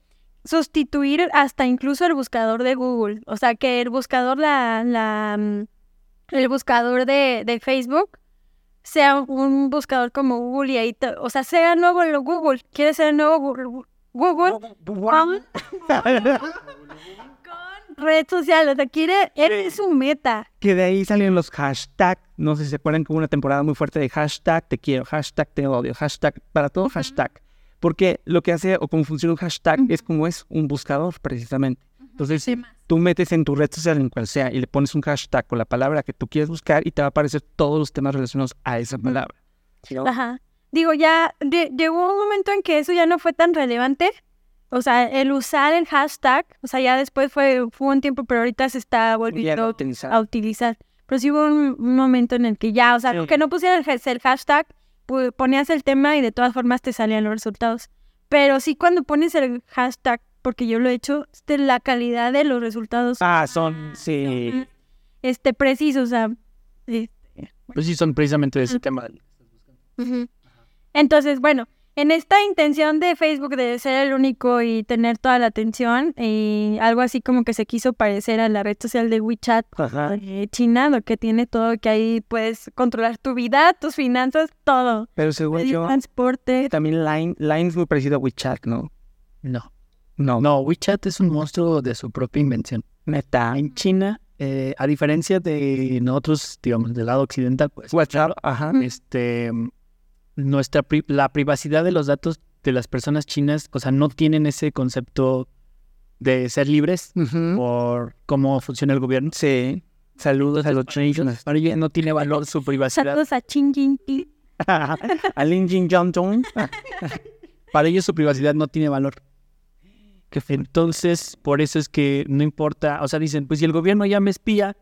sustituir hasta incluso el buscador de Google. O sea, que el buscador, la, la, mm, el buscador de, de Facebook sea un buscador como Google y ahí, te- o sea, sea el nuevo el Google. ¿Quieres ser el nuevo Google? Google con, con red social, o sea, quiere, es su meta.
que de ahí salieron los hashtags. No sé si se acuerdan que hubo una temporada muy fuerte de hashtag te quiero, hashtag te odio, hashtag para todo hashtag. Porque lo que hace o cómo funciona un hashtag es como es un buscador precisamente. Entonces tú metes en tu red social en cual sea y le pones un hashtag con la palabra que tú quieres buscar y te va a aparecer todos los temas relacionados a esa palabra.
Ajá. Digo, ya lle- llegó un momento en que eso ya no fue tan relevante. O sea, el usar el hashtag, o sea, ya después fue, fue un tiempo, pero ahorita se está
Ya
volviendo
lo utilizas.
a utilizar. Pero sí hubo un, un momento en el que ya, o sea,
Sí.
que no pusieras el, has- el hashtag, pu- ponías el tema y de todas formas te salían los resultados. Pero sí cuando pones el hashtag, porque yo lo he hecho, este, la calidad de los resultados
Ah, son, sí.
este, precisos, o sea, sí.
Pues sí, son precisamente de ese tema.
Entonces, bueno, en esta intención de Facebook de ser el único y tener toda la atención, y algo así como que se quiso parecer a la red social de WeChat
Ajá.
eh, China, lo que tiene todo, que ahí puedes controlar tu vida, tus finanzas, todo.
Pero según
El
yo,
transporte.
también Line, Line es muy parecido a WeChat, ¿no?
No.
No,
No, WeChat es un monstruo de su propia invención.
neta.
En China eh, a diferencia de nosotros, digamos, del lado occidental, pues,
WhatsApp, ajá.
este, nuestra pri- la privacidad de los datos de las personas chinas, o sea, no tienen ese concepto de ser libres
Ujú.
por cómo funciona el gobierno.
Sí. Saludos a los chinos.
Para ellos no tiene valor su privacidad.
Saludos a Ching Jin Ki.
a Lin Jin Jong Jong.
Para ellos su privacidad no tiene valor. Entonces, por eso es que no importa, o sea, dicen, pues si el gobierno ya me espía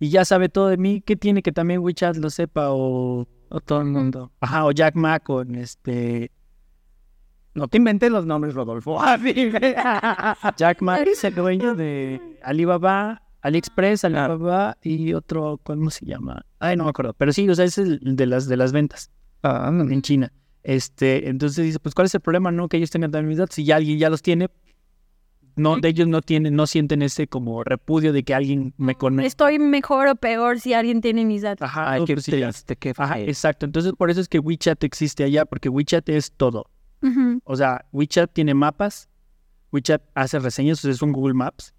y ya sabe todo de mí, ¿qué tiene que también WeChat lo sepa o,
O todo el mundo.
ajá, o Jack Ma con este
No te inventes los nombres, Rodolfo.
Jack Ma es el dueño de Alibaba, AliExpress, Alibaba y otro, ¿cómo se llama? Ay, no me acuerdo, pero sí, o sea, es el de las de las ventas
Ah,
en China. Este, entonces dice, pues ¿cuál es el problema, no? Que ellos tengan también mis datos, si ya alguien ya los tiene, no, de ellos no tienen, no sienten ese como repudio de que alguien me conoce.
Estoy mejor o peor si alguien tiene mis datos.
Ajá,
Ay,
tú,
qué
pues, te-
triste, este, qué
Ajá,
feo.
exacto. Entonces, por eso es que WeChat existe allá, porque WeChat es todo.
Ujú.
O sea, WeChat tiene mapas, WeChat hace reseñas, o sea, es un Google Maps,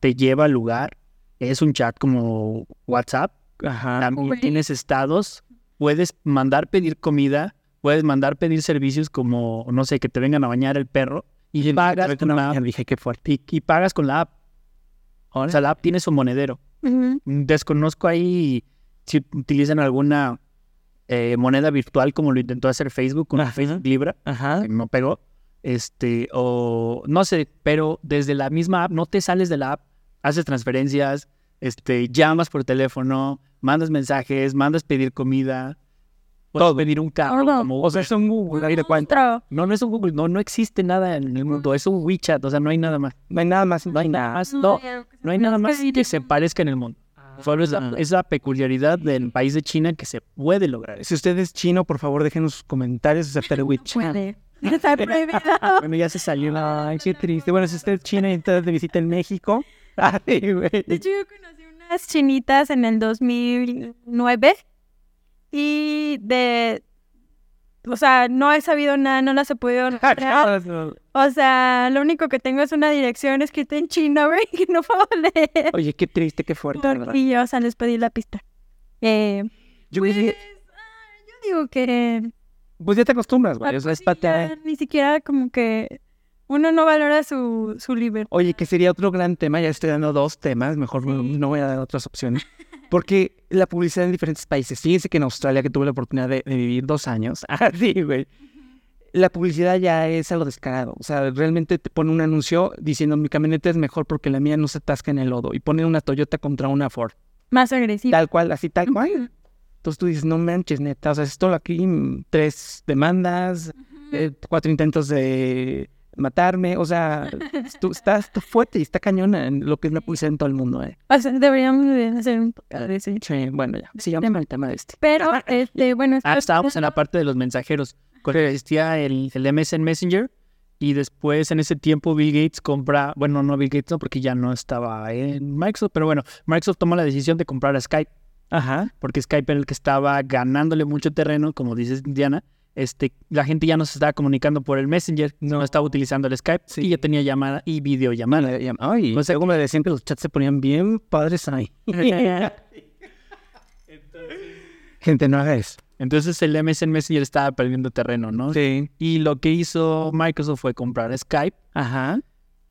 te lleva al lugar, es un chat como WhatsApp,
Ajá.
también
ok.
tienes estados, puedes mandar pedir comida, puedes mandar pedir servicios como, no sé, que te vengan a bañar el perro y pagas con la
Ya
app.
dije qué fuerte.
Y, y pagas con la app. O sea, la app tiene su monedero.
Ujú.
Desconozco ahí si utilizan alguna eh, moneda virtual como lo intentó hacer Facebook con
Ajá.
Facebook Libra
Ajá.
que no pegó. Este, o no sé, pero desde la misma app, no te sales de la app, haces transferencias, este, llamas por teléfono, mandas mensajes, mandas pedir comida, puedes pedir un carro.
Todo.
como
O sea,
Uber.
es un Google, ahí de cuenta.
Monstruo.
no, no es un Google, no, no existe nada en el mundo, es un WeChat, o sea, no hay nada más.
No hay nada más.
No hay nada más, no, no hay nada más que se parezca en el mundo.
Ah.
Solo es la, es la peculiaridad del país de China que se puede lograr eso.
Si usted es chino, por favor, déjenos sus comentarios acerca de WeChat.
Puede. Está prohibido.
Bueno, ya se salió. Ay, qué triste. Bueno, si usted es chino y está de visita en México. Ay, güey.
De hecho, yo conocí unas chinitas en el 2009 y de... O sea, no he sabido nada, no las he podido encontrar. O sea, lo único que tengo es una dirección escrita en chino, güey, que no puedo leer.
Oye, qué triste, qué fuerte, ¿verdad?
Y yo, o sea, les pedí la pista. Eh,
Yo
pues,
creo que-
ah, yo digo que...
pues ya te acostumbras, güey. O sea, es ¿eh?
aparte
patear.
ya Ni siquiera como que uno no valora su, su libertad.
Oye, que sería otro gran tema. Ya estoy dando dos temas. Mejor no, no voy a dar otras opciones. Porque la publicidad en diferentes países. Fíjense que en Australia, que tuve la oportunidad de, de vivir dos años. Así, güey. La publicidad ya es a lo descarado. O sea, realmente te pone un anuncio diciendo mi camioneta es mejor porque la mía no se atasca en el lodo. Y pone una Toyota contra una Ford.
Más agresivo.
Tal cual, así tal cual. Entonces tú dices, no manches, neta. O sea, esto aquí, mm, tres demandas, eh, cuatro intentos de matarme. O sea, tú, está, está fuerte y está cañona en lo que es la publicidad en todo el mundo. Eh.
O sea, deberíamos de hacer un podcast de ese.
Sí, bueno, ya. Sigamos con el tema de este.
Pero, este, bueno,
Ah,
esto-
estábamos en la parte de los mensajeros. cuando Existía el, el MSN Messenger y después en ese tiempo Bill Gates compra, bueno, no Bill Gates, no, porque ya no estaba en Microsoft, pero bueno, Microsoft toma la decisión de comprar a Skype,
Ajá.
porque Skype era el que estaba ganándole mucho terreno, como dices, Diana. Este, la gente ya no se estaba comunicando por el Messenger, no, estaba utilizando el Skype y ya tenía llamada y videollamada.
Vale, ya- Ay,
O sea,
luego me decían que los chats se ponían bien padres ahí. Gente, no haga eso.
Entonces el MSN Messenger estaba perdiendo terreno, ¿no?
Sí.
Y lo que hizo Microsoft fue comprar Skype
Ajá.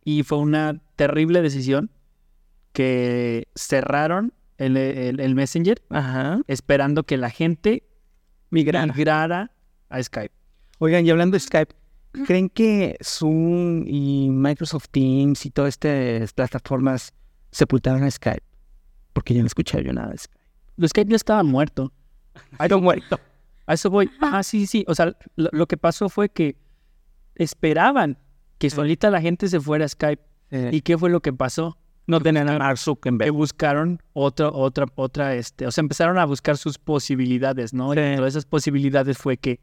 y fue una terrible decisión que cerraron el, el- el Messenger
Ajá.
esperando que la gente
Migrana.
migrara a Skype.
Oigan, y hablando de Skype, ¿creen que Zoom y Microsoft Teams y todas estas plataformas sepultaron a Skype? Porque yo no escuché yo nada de Skype.
Lo Skype ya estaba muerto.
Ay, no muerto.
A eso voy. Ah, sí, sí. O sea, lo, lo que pasó fue que esperaban que solita la gente se fuera a Skype.
Eh,
¿Y qué fue lo que pasó?
no tenían a Mark
Que
Zuckerberg.
buscaron otra, otra, otra, este, o sea, empezaron a buscar sus posibilidades, ¿no?
Sí.
Y todas esas posibilidades fue que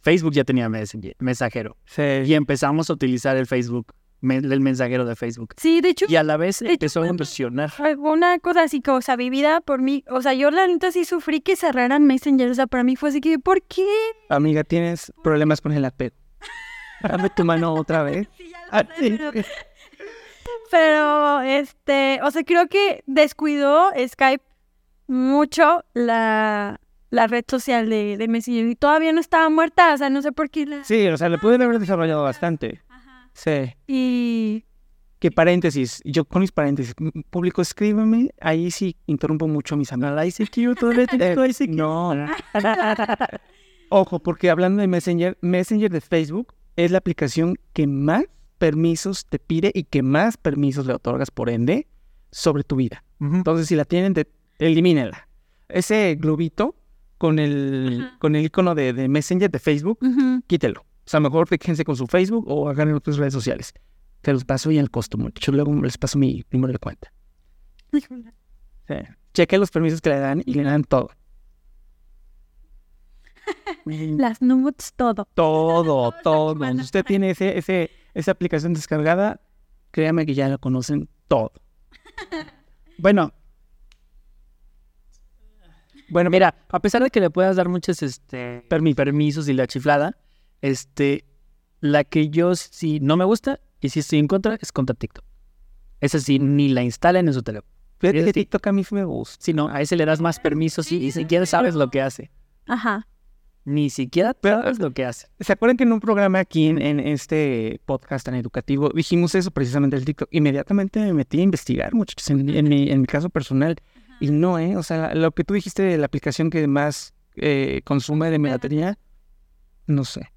Facebook ya tenía Messenger- mensajero.
Sí.
y empezamos a utilizar el Facebook, me- el mensajero de Facebook.
sí, de hecho,
Y a la vez
de hecho,
empezó a
cuando-
evolucionar.
alguna cosa así que, o sea, vivida por mí. O sea, yo la neta sí sufrí que cerraran Messenger. O sea, para mí fue así que, ¿por qué?
Amiga, tienes problemas con el apego. Dame tu mano otra vez.
Sí, ya lo
Ah,
sé,
sí.
pero- Pero, este, o sea, creo que descuidó Skype mucho la, la red social de, de Messenger y todavía no estaba muerta, o sea, no sé por qué la...
Sí, o sea, le pueden haber desarrollado bastante.
Ajá.
Sí.
Y
Que paréntesis, yo con mis paréntesis, m- público, escríbeme, ahí sí interrumpo mucho a mis amigos. ICQ, todavía tengo ICQ. No. Ojo, porque hablando de Messenger, Messenger de Facebook es la aplicación que más permisos te pide y que más permisos le otorgas, por ende, sobre tu vida.
Ujú.
Entonces, si la tienen, de- elimínenla. Ese globito con el,
Ajá.
con el icono de, de Messenger de Facebook,
ujú,
quítelo. O sea, mejor fíjense con su Facebook o hagan en otras redes sociales. Te los paso y al costo, muchachos. Luego les paso mi número de cuenta. Sí. Chequen los permisos que le dan y le dan todo.
las nudes, todo.
Todo, todo.
chupando.
Si usted tiene ese, ese, esa aplicación descargada, créame que ya la conocen todo.
Bueno,
Bueno,
mira, a pesar de que le puedas dar muchos este, permi- permisos y la chiflada, este, la que yo sí no me gusta y si estoy en contra es contra TikTok. Esa sí, ni la instalen en su teléfono.
fíjate que
fíjate.
este TikTok a mí sí me gusta.
Si no, a ese le das más permisos y ni siquiera sabes lo que hace.
Ajá.
Ni siquiera
Pero-
sabes lo que hace.
¿Se acuerdan que en un programa aquí en, en este podcast tan educativo dijimos eso precisamente del TikTok? Inmediatamente me metí a investigar, muchachos, en, en mi, en mi caso personal. Y no, ¿eh? O sea, lo que tú dijiste de la aplicación que más eh, consume de mi batería, no sé.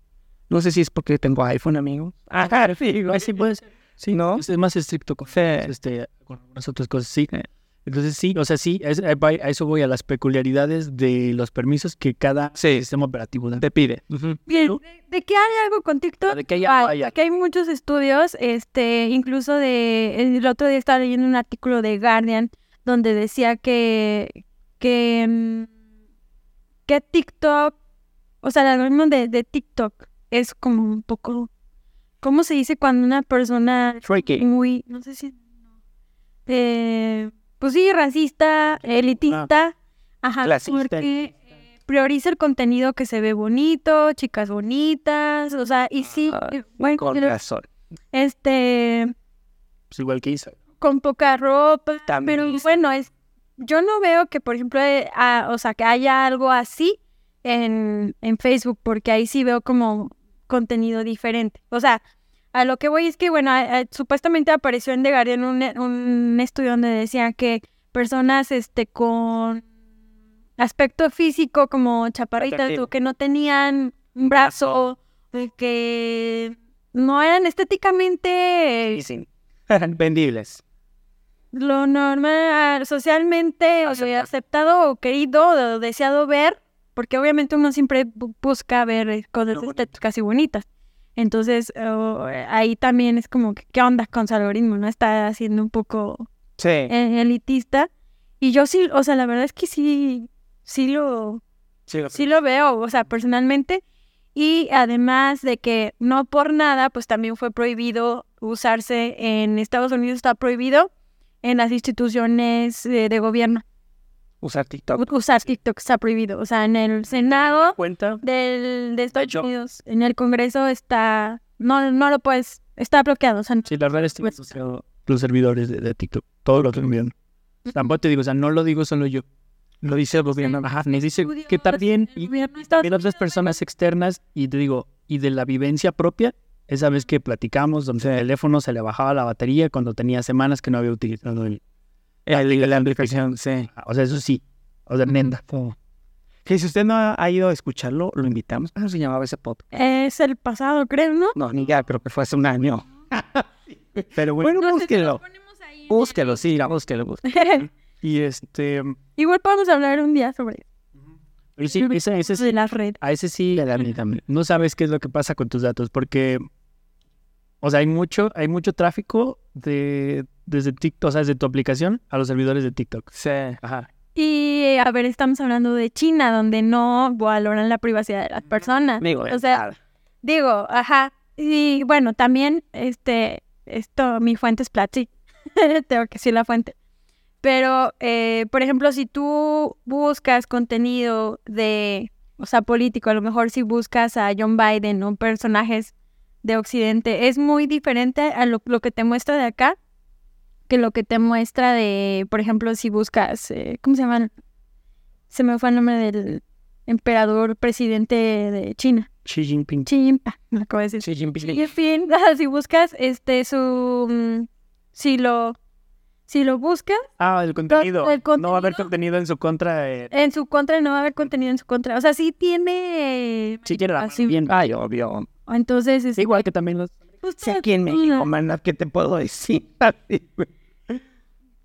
No sé si es porque tengo iPhone, amigo. Ajá, sí,
Así pues,
Sí, este, ¿no?
es más estricto con,
Sí.
este, con algunas otras cosas, sí.
Eh.
Entonces sí, o sea, sí, es- a a eso voy a las peculiaridades de los permisos que cada
Sí,
sistema operativo da.
te pide.
Bien,
¿Tú?
¿de, de qué hay algo con TikTok?
Ah, de que hay
Ah,
algo, hay algo.
Aquí hay muchos estudios, este, incluso de el otro día estaba leyendo un artículo de Guardian donde decía que que mm, que TikTok, o sea, el algoritmo de, de TikTok es como un poco ¿cómo se dice cuando una persona
Tricky.
muy, no sé si eh, pues sí, racista, elitista, ajá,
Ah. Clasista.
porque eh, prioriza el contenido que se ve bonito, chicas bonitas, o sea, y sí,
Ah,
eh, bueno,
Con
pero,
razón.
este,
Pues igual que Isa.
con poca ropa,
También
pero
es-
bueno, es, yo no veo que, por ejemplo, eh, ah, o sea, que haya algo así en, en Facebook, porque ahí sí veo como contenido diferente. O sea, a lo que voy es que, bueno, a- a- supuestamente apareció en The Guardian un, un estudio donde decía que personas este con aspecto físico como chaparritas
Atractivo.
o que no tenían un brazo, o que no eran estéticamente
Vendibles.
lo normal, socialmente o sea, aceptado o querido o deseado ver, porque obviamente uno siempre bu- busca ver eh, cosas
Lo bonito.
estéticas y bonitas. Entonces, oh, eh, ahí también es como, que, ¿qué onda con su algoritmo? ¿No? Está siendo un poco
Sí.
eh, elitista. Y yo sí, o sea, la verdad es que sí, sí lo, sí lo veo, o sea, personalmente. Y además de que no por nada, pues también fue prohibido usarse en Estados Unidos, está prohibido en las instituciones eh, de gobierno.
Usar TikTok.
U- Usar TikTok está prohibido. O sea, en el Senado
Cuenta.
del, de Estados
hecho.
Unidos, en el Congreso está, no, no lo puedes, está bloqueado. O sea,
Sí, la verdad es que
Pues-
uso los servidores de, de TikTok, todo lo que envían. Tampoco te digo, o sea, no lo digo solo yo. Lo dice el gobierno. Ajá, me dice que también
El
y,
gobierno de
y
Estados
también otras
Unidos,
personas externas y te digo, y de la vivencia propia, esa vez que platicamos, donde el teléfono se le bajaba la batería cuando tenía semanas que no había utilizado el...
La aplicación, sí.
O sea, eso sí. O sea, neta.
Que si usted no ha- ha ido a escucharlo, lo invitamos. ¿Cómo se llamaba ese podcast?
Es el pasado, creo, ¿no?
No, ni ya, creo que fue hace un año. Pero bueno,
No sé, te lo
búsquelo.
ponemos ahí en el-
Búsquelo, sí, ya, búsquelo. búsquelo.
Y este...
Igual podemos hablar un día sobre
pero sí, ese, ese
eso
sí,
de la red.
a ese sí le da miedo también. No sabes qué es lo que pasa con tus datos porque, o sea, hay mucho, hay mucho tráfico de desde TikTok, o sea, desde tu aplicación a los servidores de TikTok.
Sí.
Ajá.
Y eh, a ver, estamos hablando de China, donde no valoran la privacidad de las personas.
Digo,
o sea, digo, ajá. Y bueno, también, este, esto, mi fuente es Platzi. Tengo que decir la fuente. Pero, eh, por ejemplo, si tú buscas contenido de, o sea, político, a lo mejor si buscas a John Biden o personajes de Occidente, es muy diferente a lo, lo que te muestra de acá que lo que te muestra de, por ejemplo, si buscas, eh, ¿cómo se llaman? Se me fue el nombre del emperador presidente de China.
Xi Jinping.
Xi Jinping, me acabo de decir.
Xi Jinping.
Y en fin, si buscas este su mm, si lo si lo buscas
Ah, el contenido.
el
No va a haber
contenido.
contenido en su contra. eh,
en su contra no va a haber contenido en su contra. O sea, sí tiene eh,
si quiere la
así-
bien. Ay, obvio.
Entonces, es,
Igual que también los.
justo-
Sí, aquí en México, mana, ¿qué te puedo decir? Así, güey.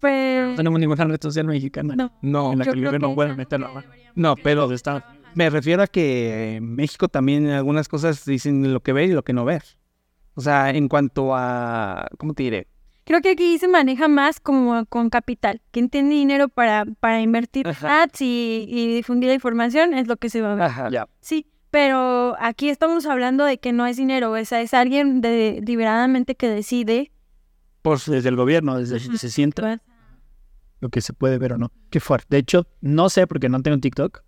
Pero-
No tenemos ninguna red social mexicana.
No.
No,
En la
Yo
que el
creo
gobierno
que
puede
es
meter la
algo que
mano.
no, pero
Los estados.
me refiero a que en México también en algunas cosas dicen lo que ver y lo que no ver. O sea, en cuanto a, ¿cómo te diré?
Creo que aquí se maneja más como con capital. Quien tiene dinero para, para invertir en
Ajá.
ads y, y difundir la información es lo que se va a ver.
Ajá.
Ya.
Sí, pero aquí estamos hablando de que no es dinero, o sea, es alguien de, deliberadamente que decide.
Pues desde el gobierno, desde se sienta
pues,
lo que se puede ver o no. Qué fuerte. De hecho, no sé porque no tengo TikTok.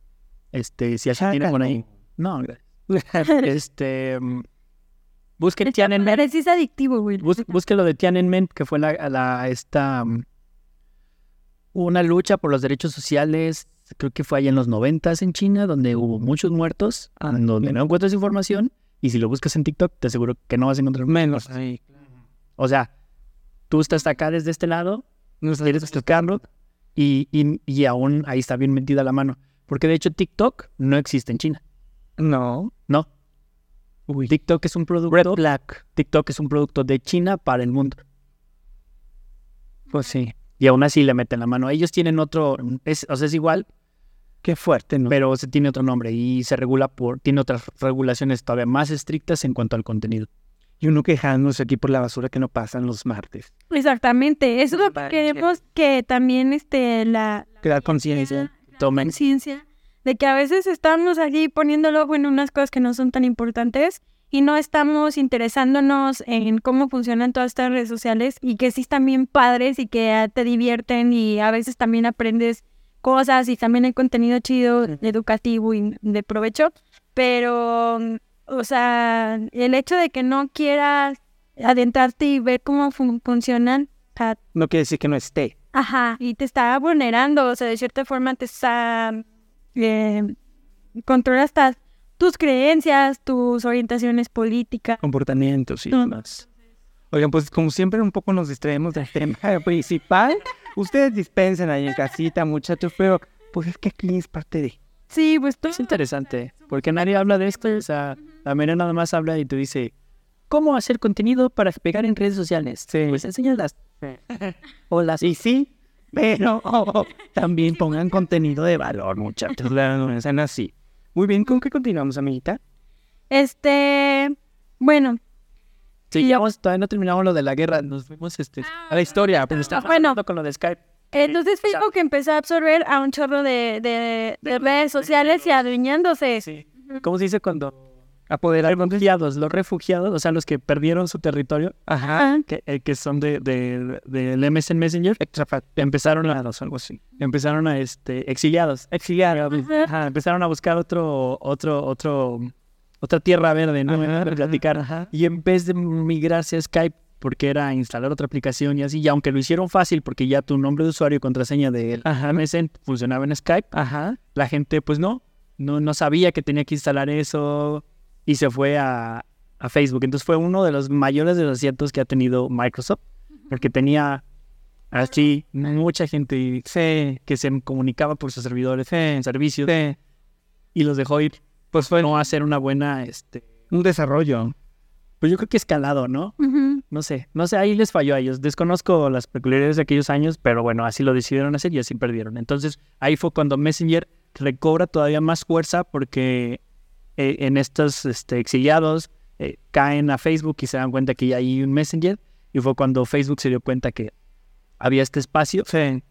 Este, si alguien tiene por ahí. No, gracias. Este. mm, Busquen Tiananmen.
pero sí es adictivo, güey.
Bus- busque lo de Tiananmen, que fue la, la- esta mm, una lucha por los derechos sociales, creo que fue allá en los noventas en China, donde hubo muchos muertos,
Ah,
donde
sí.
no encuentras información, y si lo buscas en TikTok, te aseguro que no vas a encontrar
Menos.
muertos. O sea, tú estás acá desde este lado, quieres buscarlo, y, y, y aún ahí está bien metida la mano. Porque de hecho TikTok no existe en China,
No.
¿no? TikTok es un producto.
Black.
TikTok es un producto de China para el mundo.
Pues sí.
Y aún así le meten la mano. Ellos tienen otro, es, o sea, es igual,
Qué fuerte, ¿no?
pero se tiene otro nombre y se regula por, tiene otras regulaciones todavía más estrictas en cuanto al contenido.
Y uno quejándose aquí por la basura que no pasan los martes.
Exactamente, eso es lo que
Vale.
queremos que también este, la
Crear conciencia.
Tomen.
conciencia de que a veces estamos allí poniendo el ojo en unas cosas que no son tan importantes y no estamos interesándonos en cómo funcionan todas estas redes sociales y que sí están bien padres y que ah, te divierten y a veces también aprendes cosas y también hay contenido chido, educativo y de provecho, pero, mm, o sea, el hecho de que no quieras adentrarte y ver cómo fun- funcionan, o sea,
No quiere decir que no esté.
Ajá, y te está vulnerando, o sea, de cierta forma te está... Eh, controla hasta tus creencias, tus orientaciones políticas.
Comportamientos y
No.
demás. Oigan, pues como siempre un poco nos distraemos del tema principal. Ustedes dispensen ahí en casita, muchachos, pero pues es que aquí es parte de...
Sí, pues tú...
Es interesante, porque nadie habla de esto, o sea, la mayoría nada más habla y te dice, ¿cómo hacer contenido para pegar en redes sociales?
Sí.
Pues enséñalas.
O las... Y sí, pero también pongan contenido de valor, muchachos. No sean así. Muy bien, ¿con qué continuamos, amiguita?
Este... Bueno,
Sí, ya vamos, todavía no terminamos lo de la guerra, nos fuimos este, a la historia, pero
Ah.
está
Bueno.
bueno con lo de Skype.
entonces eh, Facebook empezó a absorber a un chorro de, de- de redes sociales y adueñándose.
Sí. ¿Cómo se dice cuando
Apoderar...
refugiados, los refugiados, o sea, los que perdieron su territorio,
Ajá.
que, eh, que son de, de, del MSN Messenger,
Extrafa-
empezaron a algo así. Empezaron a este exiliados,
Exiliados.
Ajá, empezaron a buscar otro otro otro otra tierra verde, ¿no?
Ajá,
Para platicar.
ajá.
Y en vez de migrarse a Skype porque era instalar otra aplicación y así, y aunque lo hicieron fácil porque ya tu nombre de usuario y contraseña de
Ajá.
MSN funcionaba en Skype,
Ajá.
la gente pues no, no, no sabía que tenía que instalar eso y se fue a, a Facebook. Entonces fue uno de los mayores desaciertos que ha tenido Microsoft, porque tenía así mucha gente
Sí.
que se comunicaba por sus servidores,
Sí.
servicios,
Sí.
y los dejó ir
Pues fue
no a hacer una buena, este,
un desarrollo.
pues yo creo que escalado, ¿no?
Ujú.
No sé, no sé, ahí les falló a ellos. Desconozco las peculiaridades de aquellos años, pero bueno, así lo decidieron hacer y así perdieron. Entonces, ahí fue cuando Messenger recobra todavía más fuerza porque eh, en estos este, exiliados eh, caen a Facebook y se dan cuenta que ya hay un Messenger. Y fue cuando Facebook se dio cuenta que había este espacio
Sí.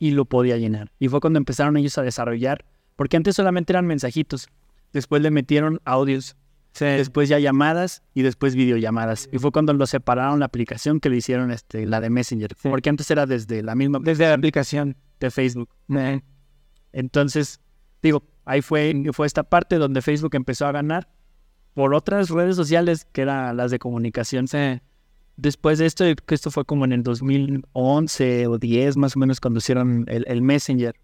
y lo podía llenar. Y fue cuando empezaron ellos a desarrollar, porque antes solamente eran mensajitos. Después le metieron audios
Sí.
después ya llamadas y después videollamadas. Y fue cuando lo separaron la aplicación que le hicieron este, la de Messenger,
Sí.
porque antes era desde la misma
Desde la aplicación.
de Facebook.
Sí.
Entonces, digo, ahí fue, fue esta parte donde Facebook empezó a ganar por otras redes sociales que eran las de comunicación.
Sí.
después de esto, yo creo que esto fue como en el 2011 o 10 más o menos cuando hicieron el, el Messenger.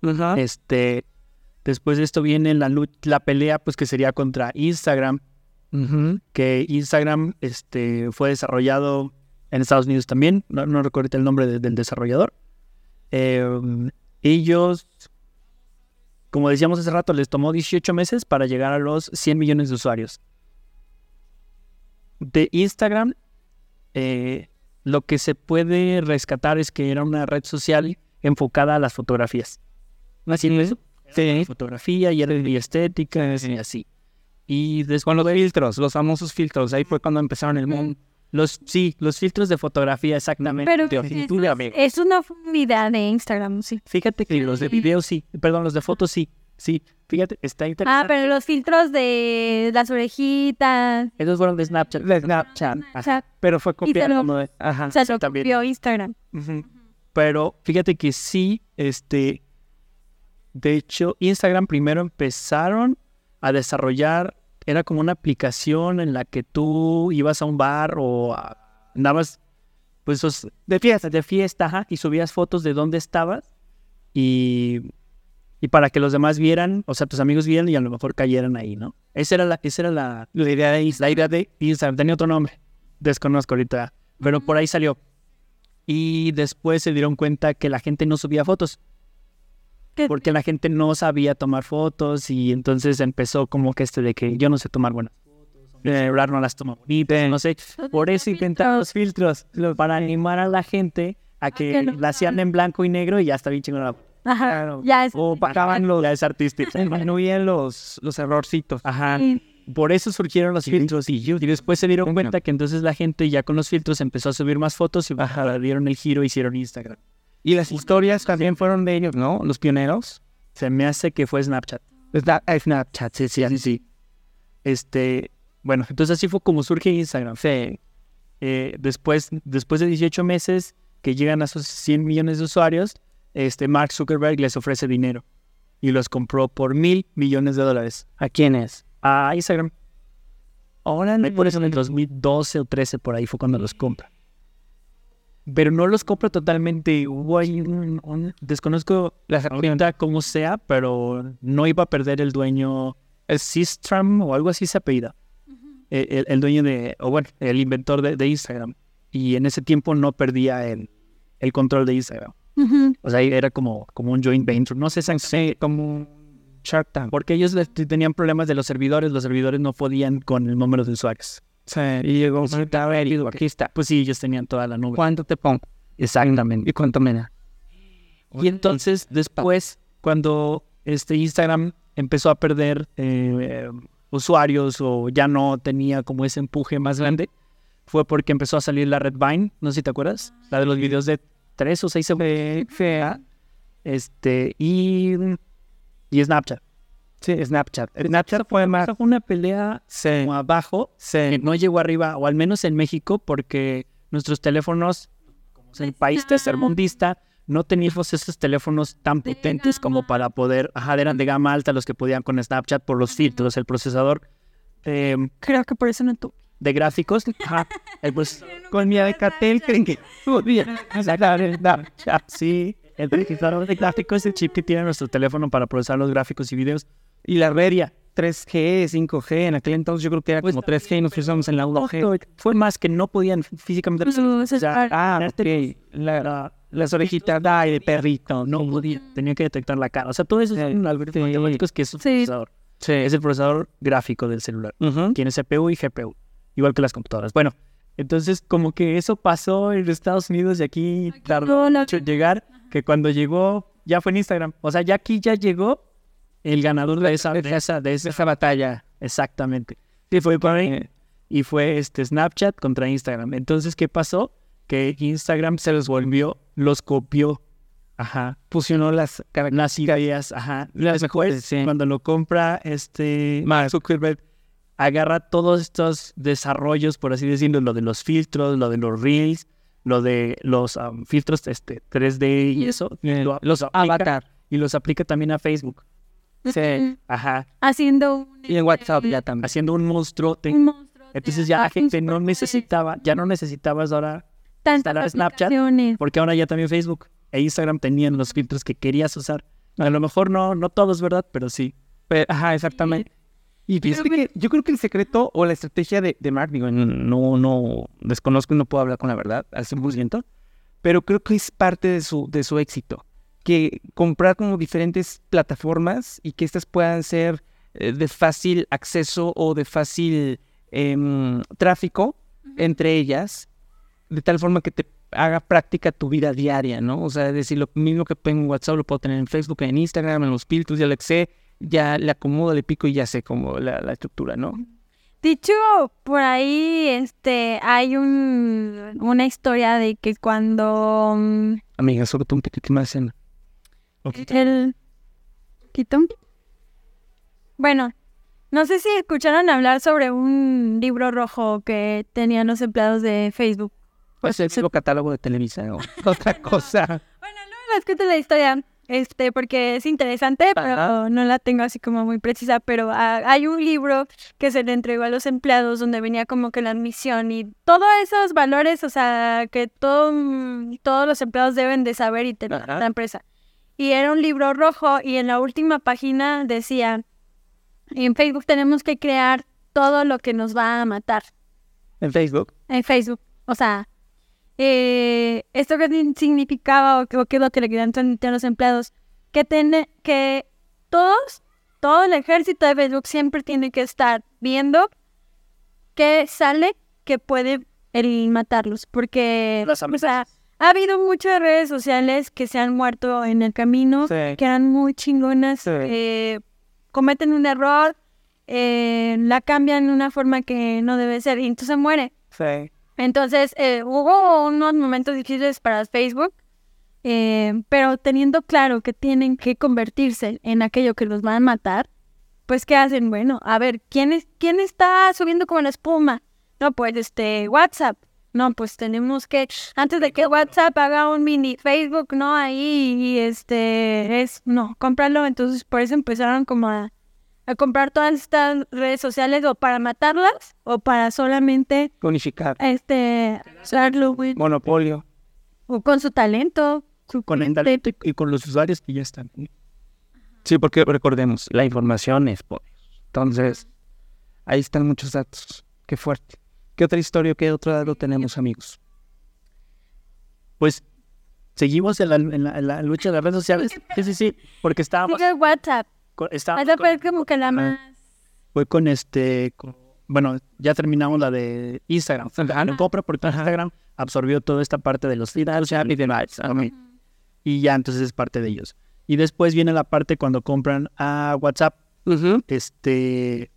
Ajá.
Este, después de esto viene la, lu- la pelea pues que sería contra Instagram,
Ujú.
que Instagram este, fue desarrollado en Estados Unidos también, no, no recuerdo ahorita el nombre de- del desarrollador. Eh, ellos, como decíamos hace rato, les tomó 18 meses para llegar a los 100 millones de usuarios. De Instagram, eh, lo que se puede rescatar es que era una red social enfocada a las fotografías. Así es.
Sí.
Fotografía y, era- y estética y así. Y después
Con los filtros, los famosos filtros. Ahí fue cuando empezaron el mundo.
los, sí, los filtros de fotografía, exactamente.
Pero eh,
Tío,
eso,
tú, amigo.
es una idea de Instagram, sí.
Fíjate que los de video sí, perdón, los de fotos sí, sí. Fíjate, está
Ah,
interesante.
pero los filtros de las orejitas.
Esos fueron de Snapchat.
De Snapchat.
O sea,
Pero fue copiado
lo-
como de... Ajá.
se lo
también.
copió Instagram.
Ujú.
Pero fíjate que sí, este, de hecho, Instagram primero empezaron a desarrollar, era como una aplicación en la que tú ibas a un bar o a- andabas, pues, os- de fiesta, de fiesta, ajá, y subías fotos de dónde estabas y, y para que los demás vieran, o sea, tus amigos vieran y a lo mejor cayeran ahí, ¿no? Esa era la, esa era la,
La idea de
la idea de Instagram, tenía otro nombre, desconozco ahorita, pero por ahí salió. Y después se dieron cuenta que la gente no subía fotos,
Que-
porque la gente no sabía tomar fotos y entonces empezó como que este de que yo no sé tomar buenas fotos, eh, Brad no las toma bonitas, no sé. Por eso inventaron los filtros, lo- para animar a la gente a que
que no-
la hacían en blanco y negro y ya está bien chingona.
Ajá,
Claro.
Ya es.
O bajaban los... Ya es artístico.
Disminuían los, los errorcitos.
Ajá.
Sí.
Por eso surgieron los filtros y, y después se dieron cuenta que entonces la gente ya con los filtros empezó a subir más fotos y dieron el giro hicieron Instagram.
Y las historias también fueron de ellos, ¿no? Los pioneros.
Se me hace que fue Snapchat.
Sna- eh, Snapchat, sí, sí,
Sí,
así.
sí. Este, bueno, entonces así fue como surge Instagram. Eh, después, después de 18 meses que llegan a sus 100 millones de usuarios, este Mark Zuckerberg les ofrece dinero y los compró por mil millones de dólares
¿A quiénes?
a Instagram.
Ahora no.
Por eso en el 2012 o 13 por ahí fue cuando los compra. Pero no los compra totalmente. Hubo ahí un- un- desconozco ahorita cómo sea, pero no iba a perder el dueño. El Sistram o algo así se apellida. Eh, El, el dueño de, o bueno, el inventor de, de Instagram. Y en ese tiempo no perdía el, el control de Instagram.
Ujú.
O sea, era como, como un joint venture. No sé exactamente
Sí, como Shark Tank.
porque ellos les- tenían problemas de los servidores. Los servidores no podían con el número de usuarios.
Sí, y llegó a ver, y digo, aquí está.
Pues sí, ellos tenían toda la nube.
¿Cuánto te pongo?
Exactamente.
¿Y cuánto me da?
Y entonces, después, cuando este Instagram empezó a perder eh, usuarios o ya no tenía como ese empuje más grande, fue porque empezó a salir la red Vine, no sé si te acuerdas, la de los videos de tres o seis segundos,
Sí, sí, ah,
este, y, y Snapchat.
sí, Snapchat. Snapchat fue más.
Esa fue una pelea
Sí,
como abajo, que
sí.
no llegó arriba, o al menos en México, porque nuestros teléfonos, como es el país tercermundista, no teníamos esos teléfonos tan potentes como para poder, ajá, eran de gama alta los que podían con Snapchat por los filtros, el procesador eh,
Creo que por eso no tuve.
de gráficos, ajá, el pues, procesador,
Con mi Alcatel creen que podía sacar el Snapchat.
sí, el procesador de gráficos es el chip que tiene nuestro teléfono para procesar los gráficos y videos.
Y la red ya, 3G, 5G. En aquel entonces yo creo que era
Pues
como 3G y nos usamos en la 1G.
Fue más que no podían físicamente
Los
sea,
Ah,
Este-
ok. La- las orejitas, ay, de perrito.
no
No,
podía, tenía que detectar la cara. O sea, todo eso
Sí.
son algoritmos
Sí.
matemáticos que es un
Sí.
procesador. Es el procesador gráfico del celular.
Ujú.
Tiene CPU y GPU, igual que las computadoras. Bueno, entonces como que eso pasó en Estados Unidos y aquí tardó
no, no.
mucho en llegar, que cuando llegó ya fue en Instagram. O sea, ya aquí ya llegó el ganador de esa, de esa, de esa-
Esa batalla.
Exactamente. Sí, fue para mí.
Eh,
Y fue este Snapchat contra Instagram. Entonces, ¿qué pasó? Que Instagram se los volvió, los copió. Ajá
fusionó las características.
las ideas, ajá,
Las
las mejores.
sí.
Cuando lo compra este Mark Zuckerberg, agarra todos estos desarrollos, por así decirlo, lo de los filtros, lo de los reels, lo de los am, filtros este 3D y eso,
Eh,
lo-
los
aplica
avatar.
y los aplica también a Facebook.
Sí.
Ajá,
Haciendo un,
Y en WhatsApp ya también.
haciendo un monstruo
un monstruo
Entonces ya la gente no necesitaba, ya no necesitabas ahora instalar
tantas
Snapchat,
aplicaciones.
porque ahora ya también Facebook e Instagram tenían los filtros que querías usar. A lo mejor no, no todos, ¿verdad? Pero sí.
Pe- ajá, exactamente. Y fíjate
Pero me-
que yo creo que el secreto o la estrategia de, de Mark, digo, no, no, desconozco y no puedo hablar con la verdad al 100%, pero creo que es parte de su, de su éxito, que comprar como diferentes plataformas y que estas puedan ser eh, de fácil acceso o de fácil em, tráfico entre ellas, de tal forma que te haga práctica tu vida diaria, ¿no? O sea, es decir, lo mismo que tengo en WhatsApp lo puedo tener en Facebook, en Instagram, en los filtros, ya lo sé, ya le acomodo, le pico y ya sé cómo la, la estructura, ¿no?
Dicho por ahí, este, hay un, una historia de que cuando mm,
Amiga, sobre todo un poquito más en...
el ¿Quito? bueno, no sé si escucharon hablar sobre un libro rojo que tenían los empleados de Facebook.
Pues el mismo catálogo de Televisa o otra cosa.
Bueno, luego les cuento la historia, este, porque es interesante, pero
Ajá.
no la tengo así como muy precisa, pero ah, hay un libro que se le entregó a los empleados donde venía como que la misión y todos esos valores, o sea, que todo, mm, todos los empleados deben de saber y tener
Ajá.
la empresa. Y era un libro rojo y en la última página decía, en Facebook tenemos que crear todo lo que nos va a matar
En Facebook.
en Facebook. O sea, eh, esto que sin- significaba o que, o que es lo que le querían transmitir a los empleados, que, tiene- que todos, todo el ejército de Facebook siempre tiene que estar viendo que sale que puede el matarlos, porque
Las
o sea, ha habido muchas redes sociales que se han muerto en el camino,
Sí.
que eran muy chingonas,
Sí.
eh, cometen un error, eh, la cambian de una forma que no debe ser y entonces muere.
Sí.
Entonces, eh, hubo unos momentos difíciles para Facebook, eh, pero teniendo claro que tienen que convertirse en aquello que los van a matar, pues ¿qué hacen? Bueno, a ver, ¿quién, es, quién está subiendo como la espuma? No, pues este, WhatsApp. No, pues tenemos que, antes de que WhatsApp haga un mini Facebook, ¿no? Ahí y este, es, no, comprarlo. Entonces, por eso empezaron como a, a comprar todas estas redes sociales o para matarlas o para solamente
Unificar.
este usarlo güey,
Monopolio.
o con su talento su
Con el
gente.
talento y y con los usuarios que ya están.
Sí, porque recordemos, la información es poder. Entonces, ahí están muchos datos. Qué fuerte. ¿Qué otra historia, qué otro dato tenemos, amigos?
Pues seguimos en la, en la- en la lucha de las redes sociales. Sí, sí, sí. Porque estábamos.
Sigue WhatsApp
con- estábamos
esa
Ah, con-
fue como que la más
fue con este. con- bueno, ya terminamos la de Instagram. Ah, No compra porque Instagram absorbió toda esta parte de los finales y demás. Y ya entonces es parte de ellos. Y después viene la parte cuando compran a WhatsApp. Este.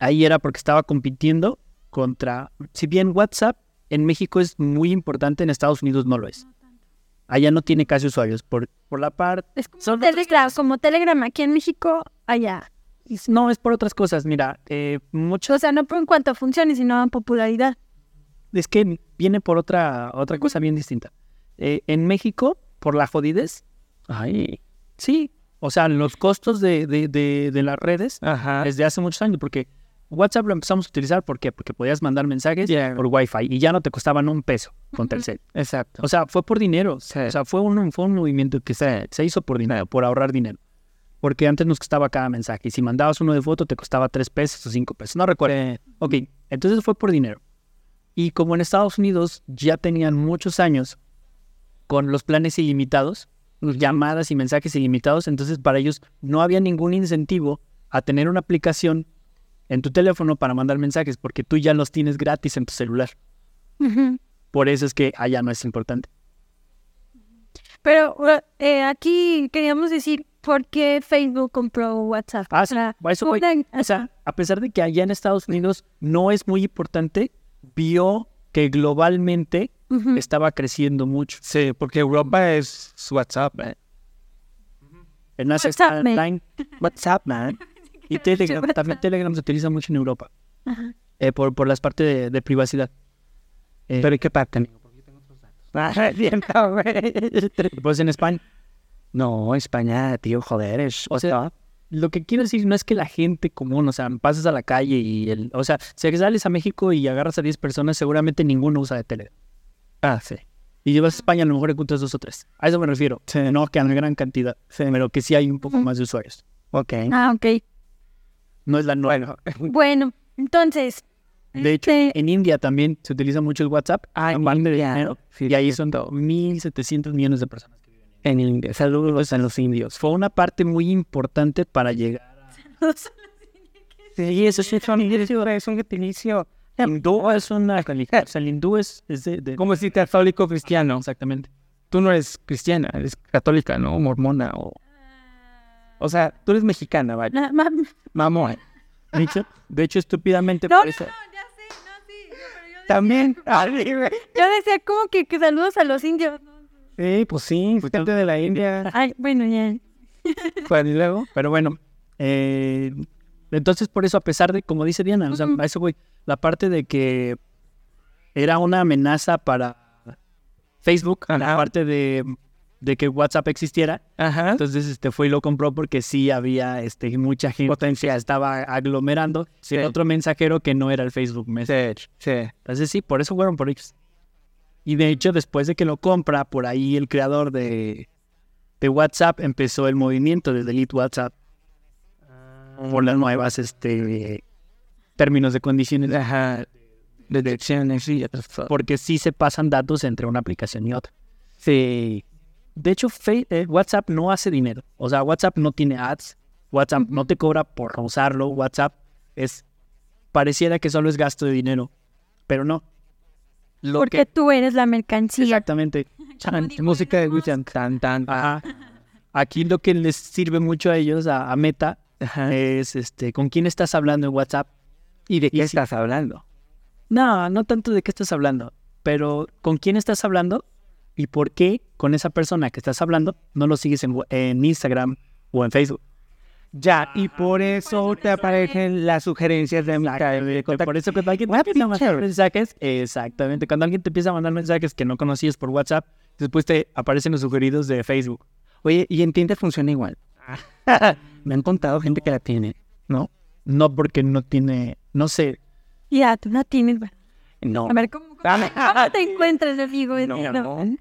Ahí era porque estaba compitiendo contra. Si bien WhatsApp en México es muy importante, en Estados Unidos no lo es. Allá no tiene casi usuarios. Por, por la parte.
es como
Son otras
Telegram como Telegram aquí en México allá
No, es por otras cosas. Mira, eh, muchos.
o sea no por en cuanto a funciones sino en popularidad
Es que viene por otra, otra cosa bien distinta. Eh, en México, por la jodidez,
Ay.
sí. O sea, los costos de, de- de- de las redes
Ajá.
desde hace muchos años, porque WhatsApp lo empezamos a utilizar ¿por qué? porque podías mandar mensajes
Ya.
por Wi-Fi y ya no te costaban un peso con Telcel.
Exacto.
O sea, fue por dinero.
Sí.
O sea, fue un, fue un movimiento que se, se hizo por dinero, por ahorrar dinero. Porque antes nos costaba cada mensaje. Y si mandabas uno de foto, te costaba tres pesos o cinco pesos. No recuerdo. Ok, entonces fue por dinero. Y como en Estados Unidos ya tenían muchos años con los planes ilimitados, pues, llamadas y mensajes ilimitados, entonces para ellos no había ningún incentivo a tener una aplicación en tu teléfono para mandar mensajes, porque tú ya los tienes gratis en tu celular.
Ujú.
Por eso es que allá no es importante.
pero uh, eh, aquí queríamos decir por qué Facebook compró WhatsApp
Ah,
O
sí,
sea,
a eso voy.
una-
O sea, a pesar de que allá en Estados Unidos no es muy importante, vio que globalmente
Ujú.
estaba creciendo mucho.
Sí, porque Europa es su WhatsApp.
En Asia
WhatsApp,
está
man.
Line, WhatsApp, man. Y Telegram, también Telegram se utiliza mucho en Europa,
Ajá.
eh, por, por las partes de, de privacidad. Eh,
¿Pero en qué parte, amigo? Porque yo tengo otros datos.
pues en España,
no, España, tío, joder, es...
o sea, lo que quiero decir no es que la gente común, o sea, pasas a la calle y, el, o sea, si sales a México y agarras a 10 personas, seguramente ninguno usa de Telegram.
Ah, sí.
Y llevas a España, a lo mejor encuentras dos o tres. A eso me refiero.
Sí.
No que a una gran cantidad, pero que sí hay un poco más de usuarios.
Ok.
Ah, ok.
No es la nueva.
Bueno, entonces,
de hecho,
este-
en India también se utiliza mucho el WhatsApp.
Ah, en
aparte de
India.
dinero,
Sí,
y ahí son 1.700 millones de personas.
En India. Saludos a los indios.
Fue una parte muy importante para llegar.
Sí, eso es un gentilicio. Es un gentilicio.
Hindú es
Ah,
una religión. O sea, el hindú es, es de, de-
Como decir católico cristiano.
Exactamente.
Tú no eres cristiana, eres católica, ¿no? Mormona o. O sea, tú eres mexicana, vaya.
la mam-
Mamón.
De hecho, de hecho, estúpidamente
No, no, no, ya
parece-
sé, no, sí. no, pero yo, decía,
También. Ay, güey.
yo decía como que, que saludos a los indios. ¿no?
Sí, pues sí, gente de la
Ah.
India.
Ay, bueno, ya.
Pues, y luego.
Pero bueno, eh, entonces por eso, a pesar de, como dice Diana, o sea, a eso voy, la parte de que era una amenaza para Facebook, la parte de, de que WhatsApp existiera,
Ajá.
entonces este fue y lo compró porque sí había este mucha gente
Potencial.
estaba aglomerando
Sí.
el otro mensajero que no era el Facebook Messenger.
Sí, sí.
Entonces sí, por eso fueron por ellos. Y de hecho, después de que lo compra, por ahí el creador de, de WhatsApp empezó el movimiento de Delete WhatsApp por las nuevas este, términos de condiciones,
Ajá. Detecciones y otras cosas.
porque sí se pasan datos entre una aplicación y otra.
Sí.
De hecho, Fe- eh, WhatsApp no hace dinero. O sea, WhatsApp no tiene ads. WhatsApp no te cobra por usarlo. WhatsApp es. Pareciera que solo es gasto de dinero, pero no. Lo
Porque
que-
tú eres la mercancía.
Exactamente.
Chan, música de Wicham. Tan, tan.
Ajá. Aquí lo que les sirve mucho a ellos, a, a Meta,
Ajá.
es este, con quién estás hablando en WhatsApp.
¿Y de qué
sí.
estás hablando?
No, no tanto de qué estás hablando, pero con quién estás hablando y por qué con esa persona que estás hablando no lo sigues en, wa- en Instagram o en Facebook.
Ya, y Ah, por eso te aparecen las sugerencias de
Por eso cuando alguien te
What
empieza a mandar
feature?
mensajes, exactamente, cuando alguien te empieza a mandar mensajes que no conocías por WhatsApp, después te aparecen los sugeridos de Facebook.
Oye, y en Tinder funciona igual.
Ah,
Me han contado gente que la tiene. ¿No?
No porque no tiene, no sé,
Ya, tú la tienes. bueno.
No.
A ver, ¿cómo, cómo-
Dame.
cómo te encuentras, amigo? Este,
No,
No.
no.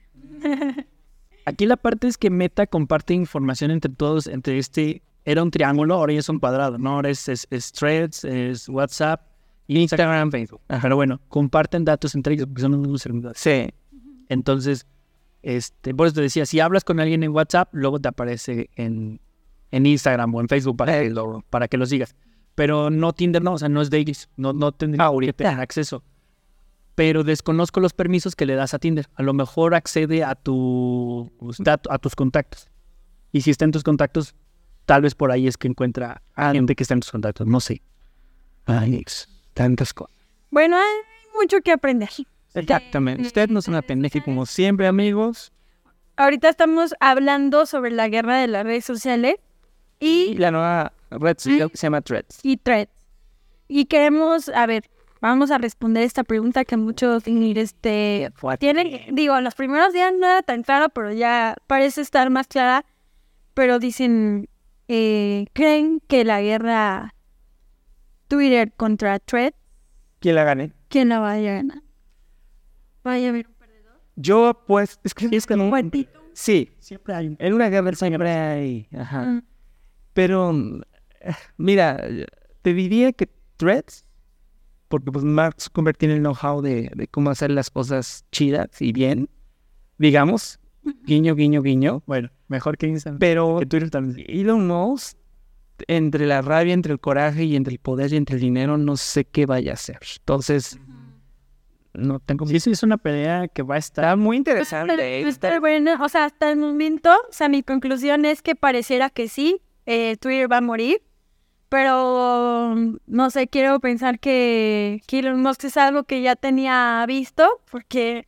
Aquí la parte es que Meta comparte información entre todos, entre este, era un triángulo, ahora ya es un cuadrado, ¿no? Ahora es, es- es Threads, es WhatsApp, y Instagram, Facebook. Pero bueno, comparten datos entre ellos porque son los mismos servidores.
Sí.
Entonces, este, por eso te decía, si hablas con alguien en WhatsApp, luego te aparece en, en Instagram o en Facebook para, que lo, para que lo sigas. Pero no Tinder, no, o sea, no es de ellos, no, no tendría que tener acceso. Pero desconozco los permisos que le das a Tinder. A lo mejor accede a tus, datos, a tus contactos. Y si está en tus contactos, tal vez por ahí es que encuentra a gente que está en tus contactos. Ah, No sé.
Ay, ex, tantas cosas.
Bueno, hay mucho que aprender.
Exactamente. Usted no es una pendeja y como siempre, amigos.
Ahorita estamos hablando sobre la guerra de las redes sociales
Y
y,
la nueva red social que se llama Threads.
y threads. Y queremos, a ver, vamos a responder esta pregunta que muchos este, tienen. Digo, en los primeros días no era tan claro, pero ya parece estar más clara. Pero dicen, eh, ¿creen que la guerra Twitter contra Threads,
¿Quién la gane?
quién la vaya a ganar? Vaya a haber un
Yo, pues, es que es que no.
cuentito.
Sí,
Siempre hay un...
en una guerra siempre hay. Ajá.
Mm.
Pero, mm, eh, mira, te diría que Threads, porque pues Mark Zuckerberg tiene el know-how de, de cómo hacer las cosas chidas y bien, digamos, guiño, guiño, guiño.
Bueno, mejor que Instagram.
Pero
Que Twitter también.
Elon Musk, entre la rabia, entre el coraje y entre el poder y entre el dinero, no sé qué vaya a hacer. Entonces, no tengo...
Sí, sí, es una pelea que va a estar...
Está muy
Pues, Pero-
eh,
interesante. eh,
pero
está-
pues, bueno, o sea, hasta el momento, o sea, mi conclusión es que pareciera que sí, eh, Twitter va a morir, pero mm, no sé, quiero pensar que, que Elon Musk es algo que ya tenía visto, porque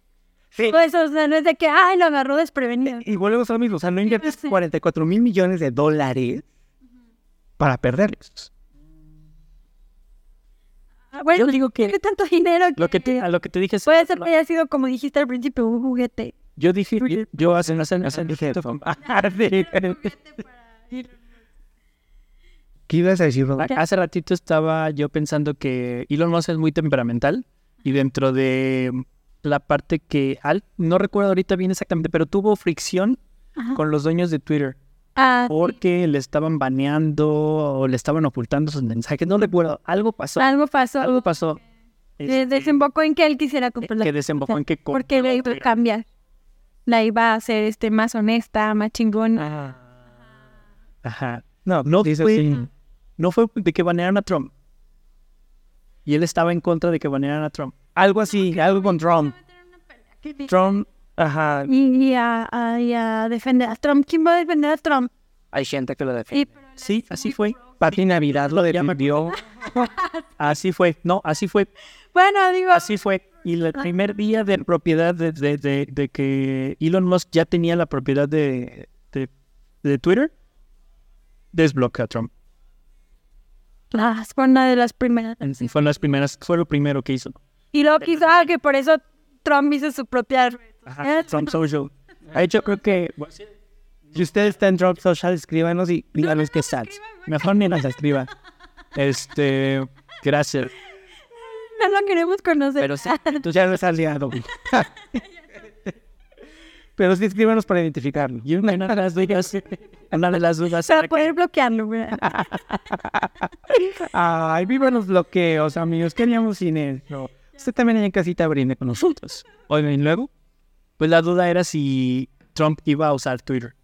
Sí.
pues, o sea, no es de que, ay, lo agarró desprevenido.
Y volvemos a lo mismo, o sea, no inviertes
sí.
44 mil millones de dólares para perderlos.
Ah, Bueno,
Yo digo que-
tiene tanto dinero
Lo que te, a lo que te dije es-
puede ser que haya sido, como dijiste al principio, un juguete.
Yo dije, yo, yo hace, hace, hace-
Dije, "Pum". Ah, sí. ¿Qué ibas a decir, Roberto?
Hace ratito estaba yo pensando que Elon Musk es muy temperamental y dentro de la parte que al, no recuerdo ahorita bien exactamente, pero tuvo fricción
Ajá.
con los dueños de Twitter
Ah, sí.
porque le estaban baneando o le estaban ocultando sus mensajes. No recuerdo, algo pasó.
algo pasó.
Algo pasó.
Eh, Desembocó en que él quisiera comprar la
Este, eh, que desembocó en que compró
Porque la iba a cambiar. La iba a hacer este, más honesta, más
Ah,
chingona.
Ajá.
No,
No
dice
fue-
sí.
No fue de que banearan a Trump. Y él estaba en contra de que banearan a Trump.
Algo así, algo con Trump. Trump, ajá.
Y, y a, a- y a defender a Trump. ¿Quién va a defender a Trump?
Hay gente que lo
Y-
Sí, así fue.
Pati Navidad lo
Ya me
defendió.
Así fue. No, así fue.
bueno, digo,
Así fue. Y el primer día de propiedad de, de- de- de que Elon Musk ya tenía la propiedad de, de, de Twitter, desbloqueó a Trump.
ah, fue una de las primeras.
Fue las primeras, fue lo primero que hizo.
Y luego quiso, ah, que por eso Trump hizo su propia red
Ajá,
social.
Trump Social.
Ahí yo creo que si usted está en Trump Social, escríbanos y díganos qué sal.
Mejor ni las escriba. Este, gracias.
No lo queremos conocer.
Pero sí, tú ya no estás ligado. Pero sí escríbanos para identificarlo.
Y una de las dudas, una de las dudas
para
era
poder bloquearlo, güey.
Ay, vivan los bloqueos, amigos. Queríamos cine. No. Usted también en casita brinde con nosotros.
Oigan, y luego, pues la duda era si Trump iba a usar Twitter.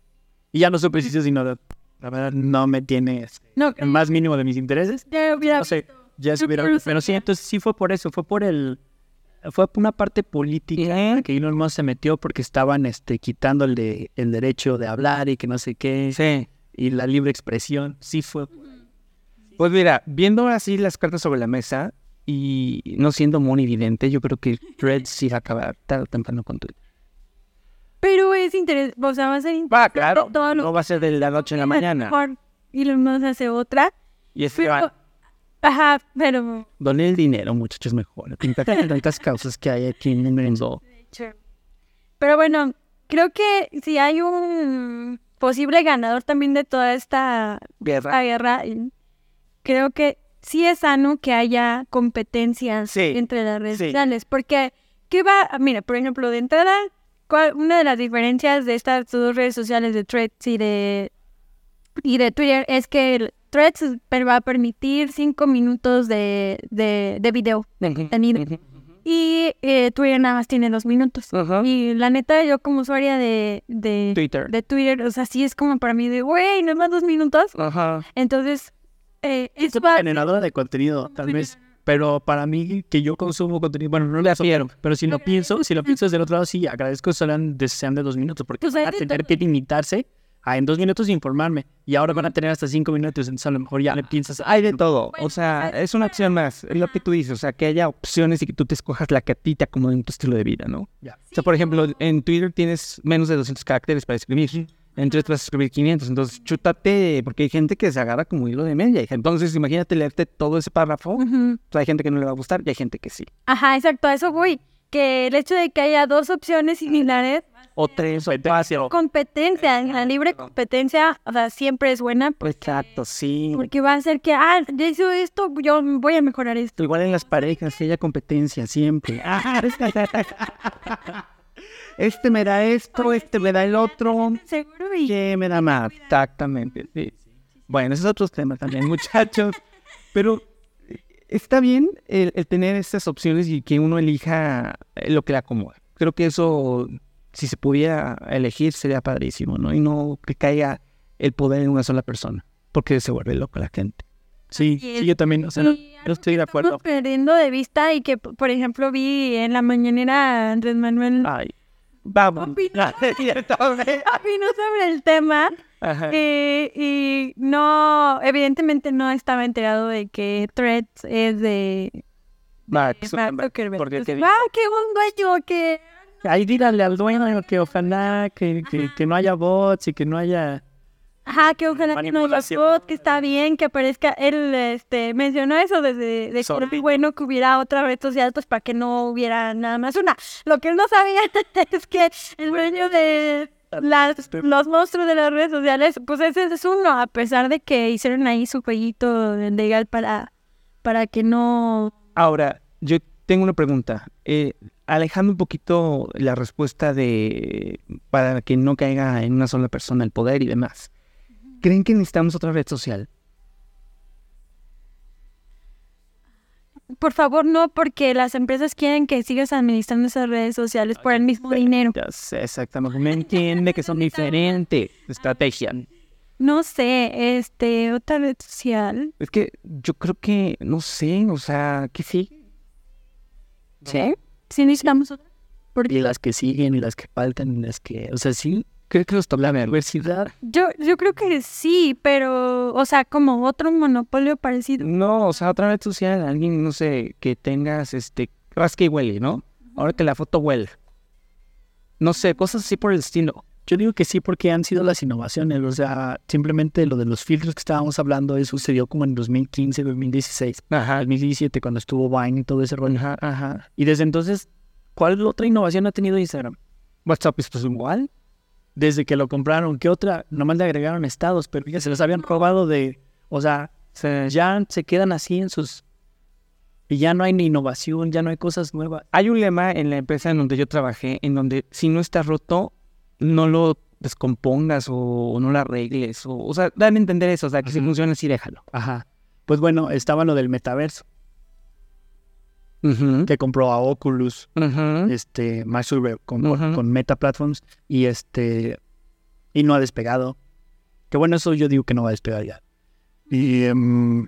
Y ya no supe si sí o si no. La la verdad, no me tiene este,
No,
el más mínimo de mis intereses.
ya hubiera-
No sé, ya se hubiera.
Yo creo que
Pero sí, entonces sí fue por eso, fue por el. Fue por una parte política que Elon Musk se metió porque estaban este, quitándole el derecho de hablar y que no sé qué.
Sí.
Y la libre expresión. Sí fue.
Pues mira, viendo así las cartas sobre la mesa y no siendo muy evidente, yo creo que Red sí va a acabar tarde o temprano con Twitter.
Pero es interesante, o sea, va a ser interesante.
Va, claro.
Todo lo-
No va a ser de la noche a la mañana.
Mejor Elon Musk hace otra.
Y es que
Pero-
va-
Ajá, pero...
Donen el dinero, muchachos, mejor.
Impactan tantas causas que hay aquí en el mundo.
Sure. Pero bueno, creo que si hay un posible ganador también de toda esta
Guerra.
esta guerra, y creo que sí es sano que haya competencia
Sí,
entre las redes
sí.
sociales, porque ¿qué va? Ah, Mira, por ejemplo, de entrada, ¿cuál- una de las diferencias de estas dos redes sociales de Threads y de, y de Twitter es que el Threads per- va a permitir cinco minutos de, de, de video contenido. Y eh, Twitter nada más tiene dos minutos.
Ajá.
Y la neta, yo como usuaria de, de,
Twitter.
de Twitter, o sea, sí es como para mí de, güey, nada más dos minutos.
Ajá.
Entonces, eh, es
Como generadora de contenido, tal vez. Pero para mí, que yo consumo contenido, bueno, no le
Prefiero.
afiero, pero si lo pienso, si lo pienso desde el otro lado, sí, agradezco que sean de, sean de dos minutos, porque
Pues hay
van a
de
tener
todo.
que limitarse a en dos minutos informarme, y ahora van a tener hasta cinco minutos, entonces a lo mejor ya le piensas,
Hay de todo.
Bueno,
O sea,
pues hay-
es una opción más. Es lo que tú dices. O sea, que haya opciones y que tú te escojas la que a ti te acomode en tu estilo de vida, ¿no?
ya.
O sea, por ejemplo, en Twitter tienes menos de 200 caracteres para escribir. En Threads vas a escribir 500. Entonces, chútate, porque hay gente que se agarra como hilo de media. Entonces, imagínate leerte todo ese párrafo.
Ujú.
O sea, hay gente que no le va a gustar y hay gente que sí.
Ajá, exacto, a eso voy. Que el hecho de que haya dos opciones similares,
O tres, o cuatro.
competencia, la libre competencia, o sea, siempre es buena,
Exacto, sí.
porque va a hacer que, ah, ya hice esto, yo voy a mejorar esto.
Igual en las parejas, que haya competencia siempre. Ah, Este me da esto, este me da el otro.
Seguro y...
que me da más. Exactamente. sí. Bueno, esos otros temas también, muchachos. Pero eh, está bien el, el tener estas opciones y que uno elija eh, lo que le acomoda. Creo que eso, si se pudiera elegir, sería padrísimo, ¿no? Y no que caiga el poder en una sola persona, porque se vuelve loca la gente.
Sí,
Así es.
sí, yo también, o sea,
Y
yo estoy de acuerdo.
Estamos perdiendo de vista y que, p- por ejemplo, vi en la mañanera a Andrés Manuel
Ay, vamos.
Opina. opinó sobre el tema
Ajá.
y, y no, evidentemente no estaba enterado de que Threads es de
Mark
Mark
Zuckerberg,
Zuckerberg.
porque
Entonces,
te vi-
¡Ah, qué buen dueño! Que...
Ahí díganle al dueño que ojalá que, que, que no haya bots y que no haya...
Ajá, que ojalá que no haya
Manipulación.
bot, que está bien, que aparezca. Él este, mencionó eso desde de que era
Sorry.
bueno que hubiera otra red social pues, para que no hubiera nada más una. Lo que él no sabía es que el dueño de las-
Este
los monstruos de las redes sociales, pues ese es uno, a pesar de que hicieron ahí su jueguito legal para, para que no...
Ahora, yo tengo una pregunta. Eh, alejando un poquito la respuesta de para que no caiga en una sola persona el poder y demás. ¿Creen que necesitamos otra red social?
Por favor, no, porque las empresas quieren que sigas administrando esas redes sociales por el mismo dinero.
Ya sé, exactamente. Me entiende que son diferentes. Estrategia.
No sé, este, otra red social.
Es que yo creo que, no sé, o sea, que sí.
¿Sí? Sí, necesitamos otra.
Y las que siguen, y las que faltan, y las que. O sea, sí, creo que los la universidad.
Yo, yo creo que sí, pero, o sea, como otro monopolio parecido.
No, o sea, otra red social, alguien, no sé, que tengas, este, rasca y huele, ¿no? Ahora que la foto huele. No sé, cosas así por el estilo.
Yo digo que sí, porque han sido las innovaciones. O sea, simplemente lo de los filtros que estábamos hablando, eso sucedió como en 2015, 2016,
Ajá,
2017, cuando estuvo Vine y todo ese rollo.
ajá, ajá.
Y desde entonces, ¿cuál otra innovación ha tenido Instagram?
WhatsApp es pues igual.
Desde que lo compraron, ¿qué otra? Nomás le agregaron estados, pero ya se los habían robado de. O sea,
Se-
ya se quedan así en sus. Y ya no hay ni innovación, ya no hay cosas nuevas.
Hay un lema en la empresa en donde yo trabajé, en donde si no está roto, no lo descompongas o, o no lo arregles. O, o sea, dan a entender eso, o sea, que si
Ujú.
funciona así, déjalo.
Ajá. Pues bueno, estaba lo del metaverso,
Ujú,
que compró a Oculus,
ujú.
este, Mark Zuckerberg con,
Ujú.
con Meta Platforms, y este, y no ha despegado. Que bueno, eso yo digo que no va a despegar ya. Y em,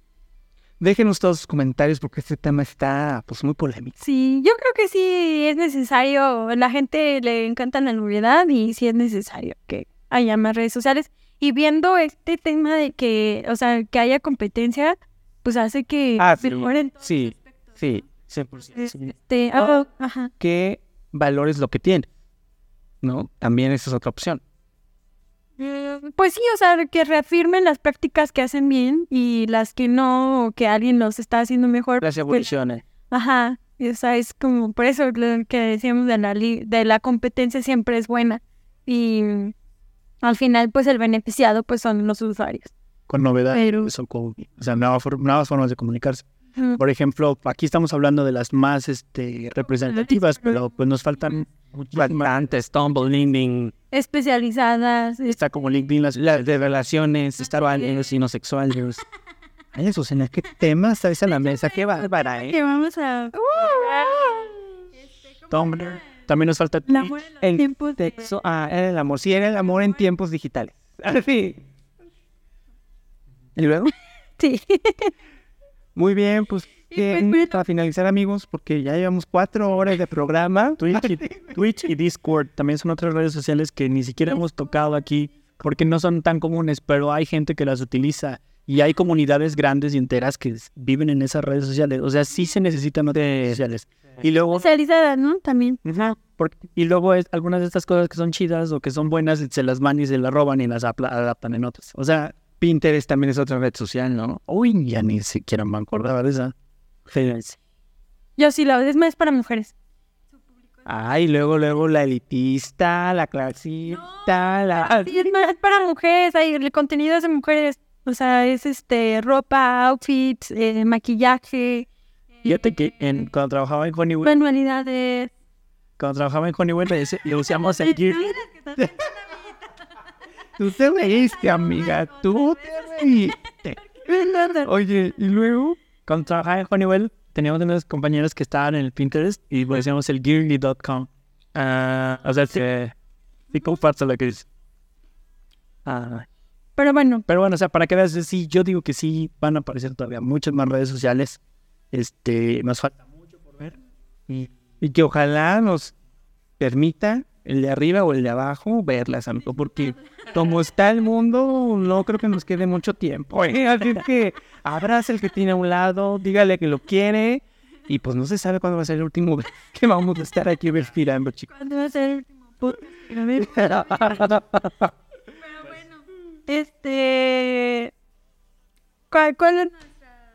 Déjenos todos sus comentarios porque este tema está pues muy polémico.
Sí, yo creo que sí es necesario. La gente le encanta la novedad y sí es necesario que haya más redes sociales. Y viendo este tema de que, o sea, que haya competencia, pues hace que
Ah, sí.
mejoren todos
Sí,
los aspectos,
Sí,
¿no?
100%.
Este, ah, ajá.
Que valores lo que tiene, ¿no? También esa es otra opción.
Mm, Pues sí, o sea, que reafirmen las prácticas que hacen bien y las que no, o que alguien los está haciendo mejor.
Las
pues,
evoluciones.
Ajá, y, o sea, es como por eso lo que decíamos de la, li- de la competencia siempre es buena y mm, al final pues el beneficiado pues son los usuarios.
con novedad,
Pero-
eso con- o sea, nueva for- nuevas formas de comunicarse.
Ujú.
Por ejemplo, aquí estamos hablando de las más este, representativas, pero pues nos faltan muchísimas.
Antes, Stumble, LinkedIn,
Especializadas, es-
Está como LinkedIn, las,
las de relaciones, sexuales y no sexuales. Ay, Susana, ¿qué tema traes a la mesa? Qué bárbara, ¿eh?
que vamos a...
¡Uh! Tumblr. También nos falta
La muerte en los
El
tiempos de-
Sexo, ah, era el amor. Sí, era el amor en tiempos digitales. Ah, Así. ¿Y luego?
Sí,
Muy bien, pues, ¿qué?
pues, bueno.
para finalizar, amigos, porque ya llevamos cuatro horas de programa.
Twitch y, Twitch y Discord. También son otras redes sociales que ni siquiera hemos tocado aquí porque no son tan comunes, pero hay gente que las utiliza y hay comunidades grandes y enteras que s- viven en esas redes sociales. O sea, sí se necesitan otras redes sociales. Y luego,
especializadas, ¿no? También.
por- y luego es, algunas de estas cosas que son chidas o que son buenas se las van y se las roban y las apla- adaptan en otras. O sea,
Pinterest también es otra red social, ¿no?
Uy, ya ni siquiera me acordaba de esa.
Yo sí la es más para mujeres.
Ay, luego, luego la elitista, la clasista, la... Ah,
Sí, es más para mujeres, hay, el contenido es de mujeres, o sea, es este ropa, outfits, eh, maquillaje, eh,
Fíjate que en, cuando trabajaba en Hollywood,
manualidades.
cuando trabajaba en Hollywood, ese- lo usamos en Gear.
Tú te reíste, amiga, tú te reíste. Oye, ¿y luego?
Cuando trabajaba en Honeywell, teníamos unos compañeros que estaban en el Pinterest y pues, decíamos el girly.com.
Ah,
O sea, sí, sí comparto lo que dices.
ah,
Pero bueno,
Pero bueno, o sea, para que veas, sí, yo digo que sí van a aparecer todavía muchas más redes sociales. Este, nos falta mucho por ver.
y, y que ojalá nos permita el de arriba o el de abajo verlas, amigo, porque como está el mundo, no creo que nos quede mucho tiempo. ¿eh? Así es que abraza el que tiene a un lado, dígale que lo quiere, y pues no se sabe cuándo va a ser el último vez que vamos a estar aquí respirando, chicos.
¿cuándo va a ser el último podcast? A ver, Pero bueno, este. ¿Cuál, cuál es?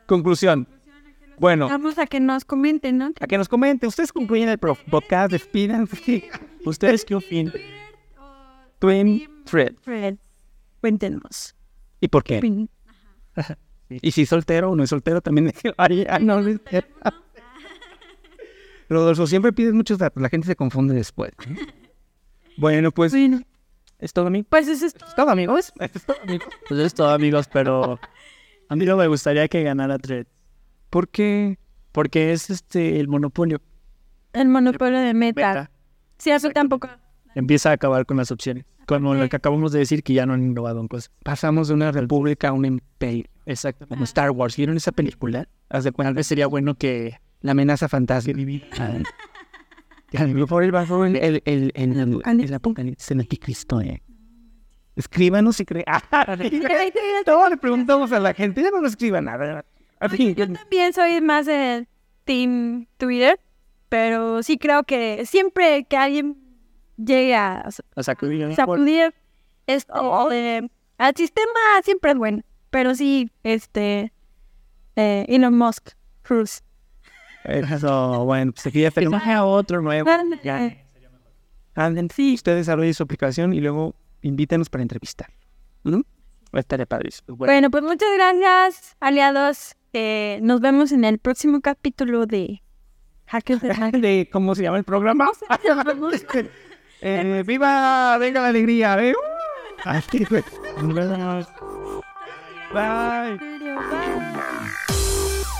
Conclusión. Bueno,
Vamos a que nos comenten, ¿no?
a que nos comente, ustedes concluyen el pro- podcast, despídanse.
Oh.
¿Ustedes qué opinan?
Twin Thread.
Fred, cuéntenos.
¿Y por qué?
Pin-
Y si es soltero o no es soltero, también déjelo ahí. Ah, no, no es cierto. Rodolfo, siempre pides muchos datos. La gente se confunde después. ¿eh? Bueno, pues
Bueno,
es todo, amigo.
pues eso es todo.
Es todo, amigos. Es todo, amigos.
Pues es todo, amigos, pero a mí no me gustaría que ganara Thread.
¿Por qué?
Porque es este el monopolio.
El monopolio de meta.
Meta.
Sí, a mí tampoco.
Empieza a acabar con las opciones. Como lo que acabamos de decir, que ya no han innovado en cosas.
Pasamos de una república a un imperio.
Exacto. Como Star Wars. ¿Vieron esa película?
Haz de
Tal
cuenta,
vez sería bueno que
la amenaza fantasma. ah,
dividan.
Por el bajo, el, el, el, el, el,
Apocalipsis.
el apocalipsis, el anticristo, eh. Escríbanos si creen. Todo le preguntamos a la gente, ya no nos escriban nada. Así,
Yo también soy más de Team Twitter, pero sí creo que siempre que alguien llegue a o sea,
a sacudir.
sacudir este, eh, al sistema, siempre es bueno. Pero sí, este, eh, Elon Musk, Cruz.
Eso, bueno, pues aquí ya
Pero
tenemos.
a otro nuevo.
Ah,
ya. Anden, sí, usted desarrolle su aplicación y luego invítanos para entrevistar. ¿Mm? Va a estar de padres. Bueno,
Bueno, pues muchas gracias, aliados. Eh, nos vemos en el próximo capítulo de Hackers de Hack.
de cómo se llama el programa. Eh, ¡Viva! ¡Venga la alegría! ¿eh? Así, pues. Nos vemos. Bye.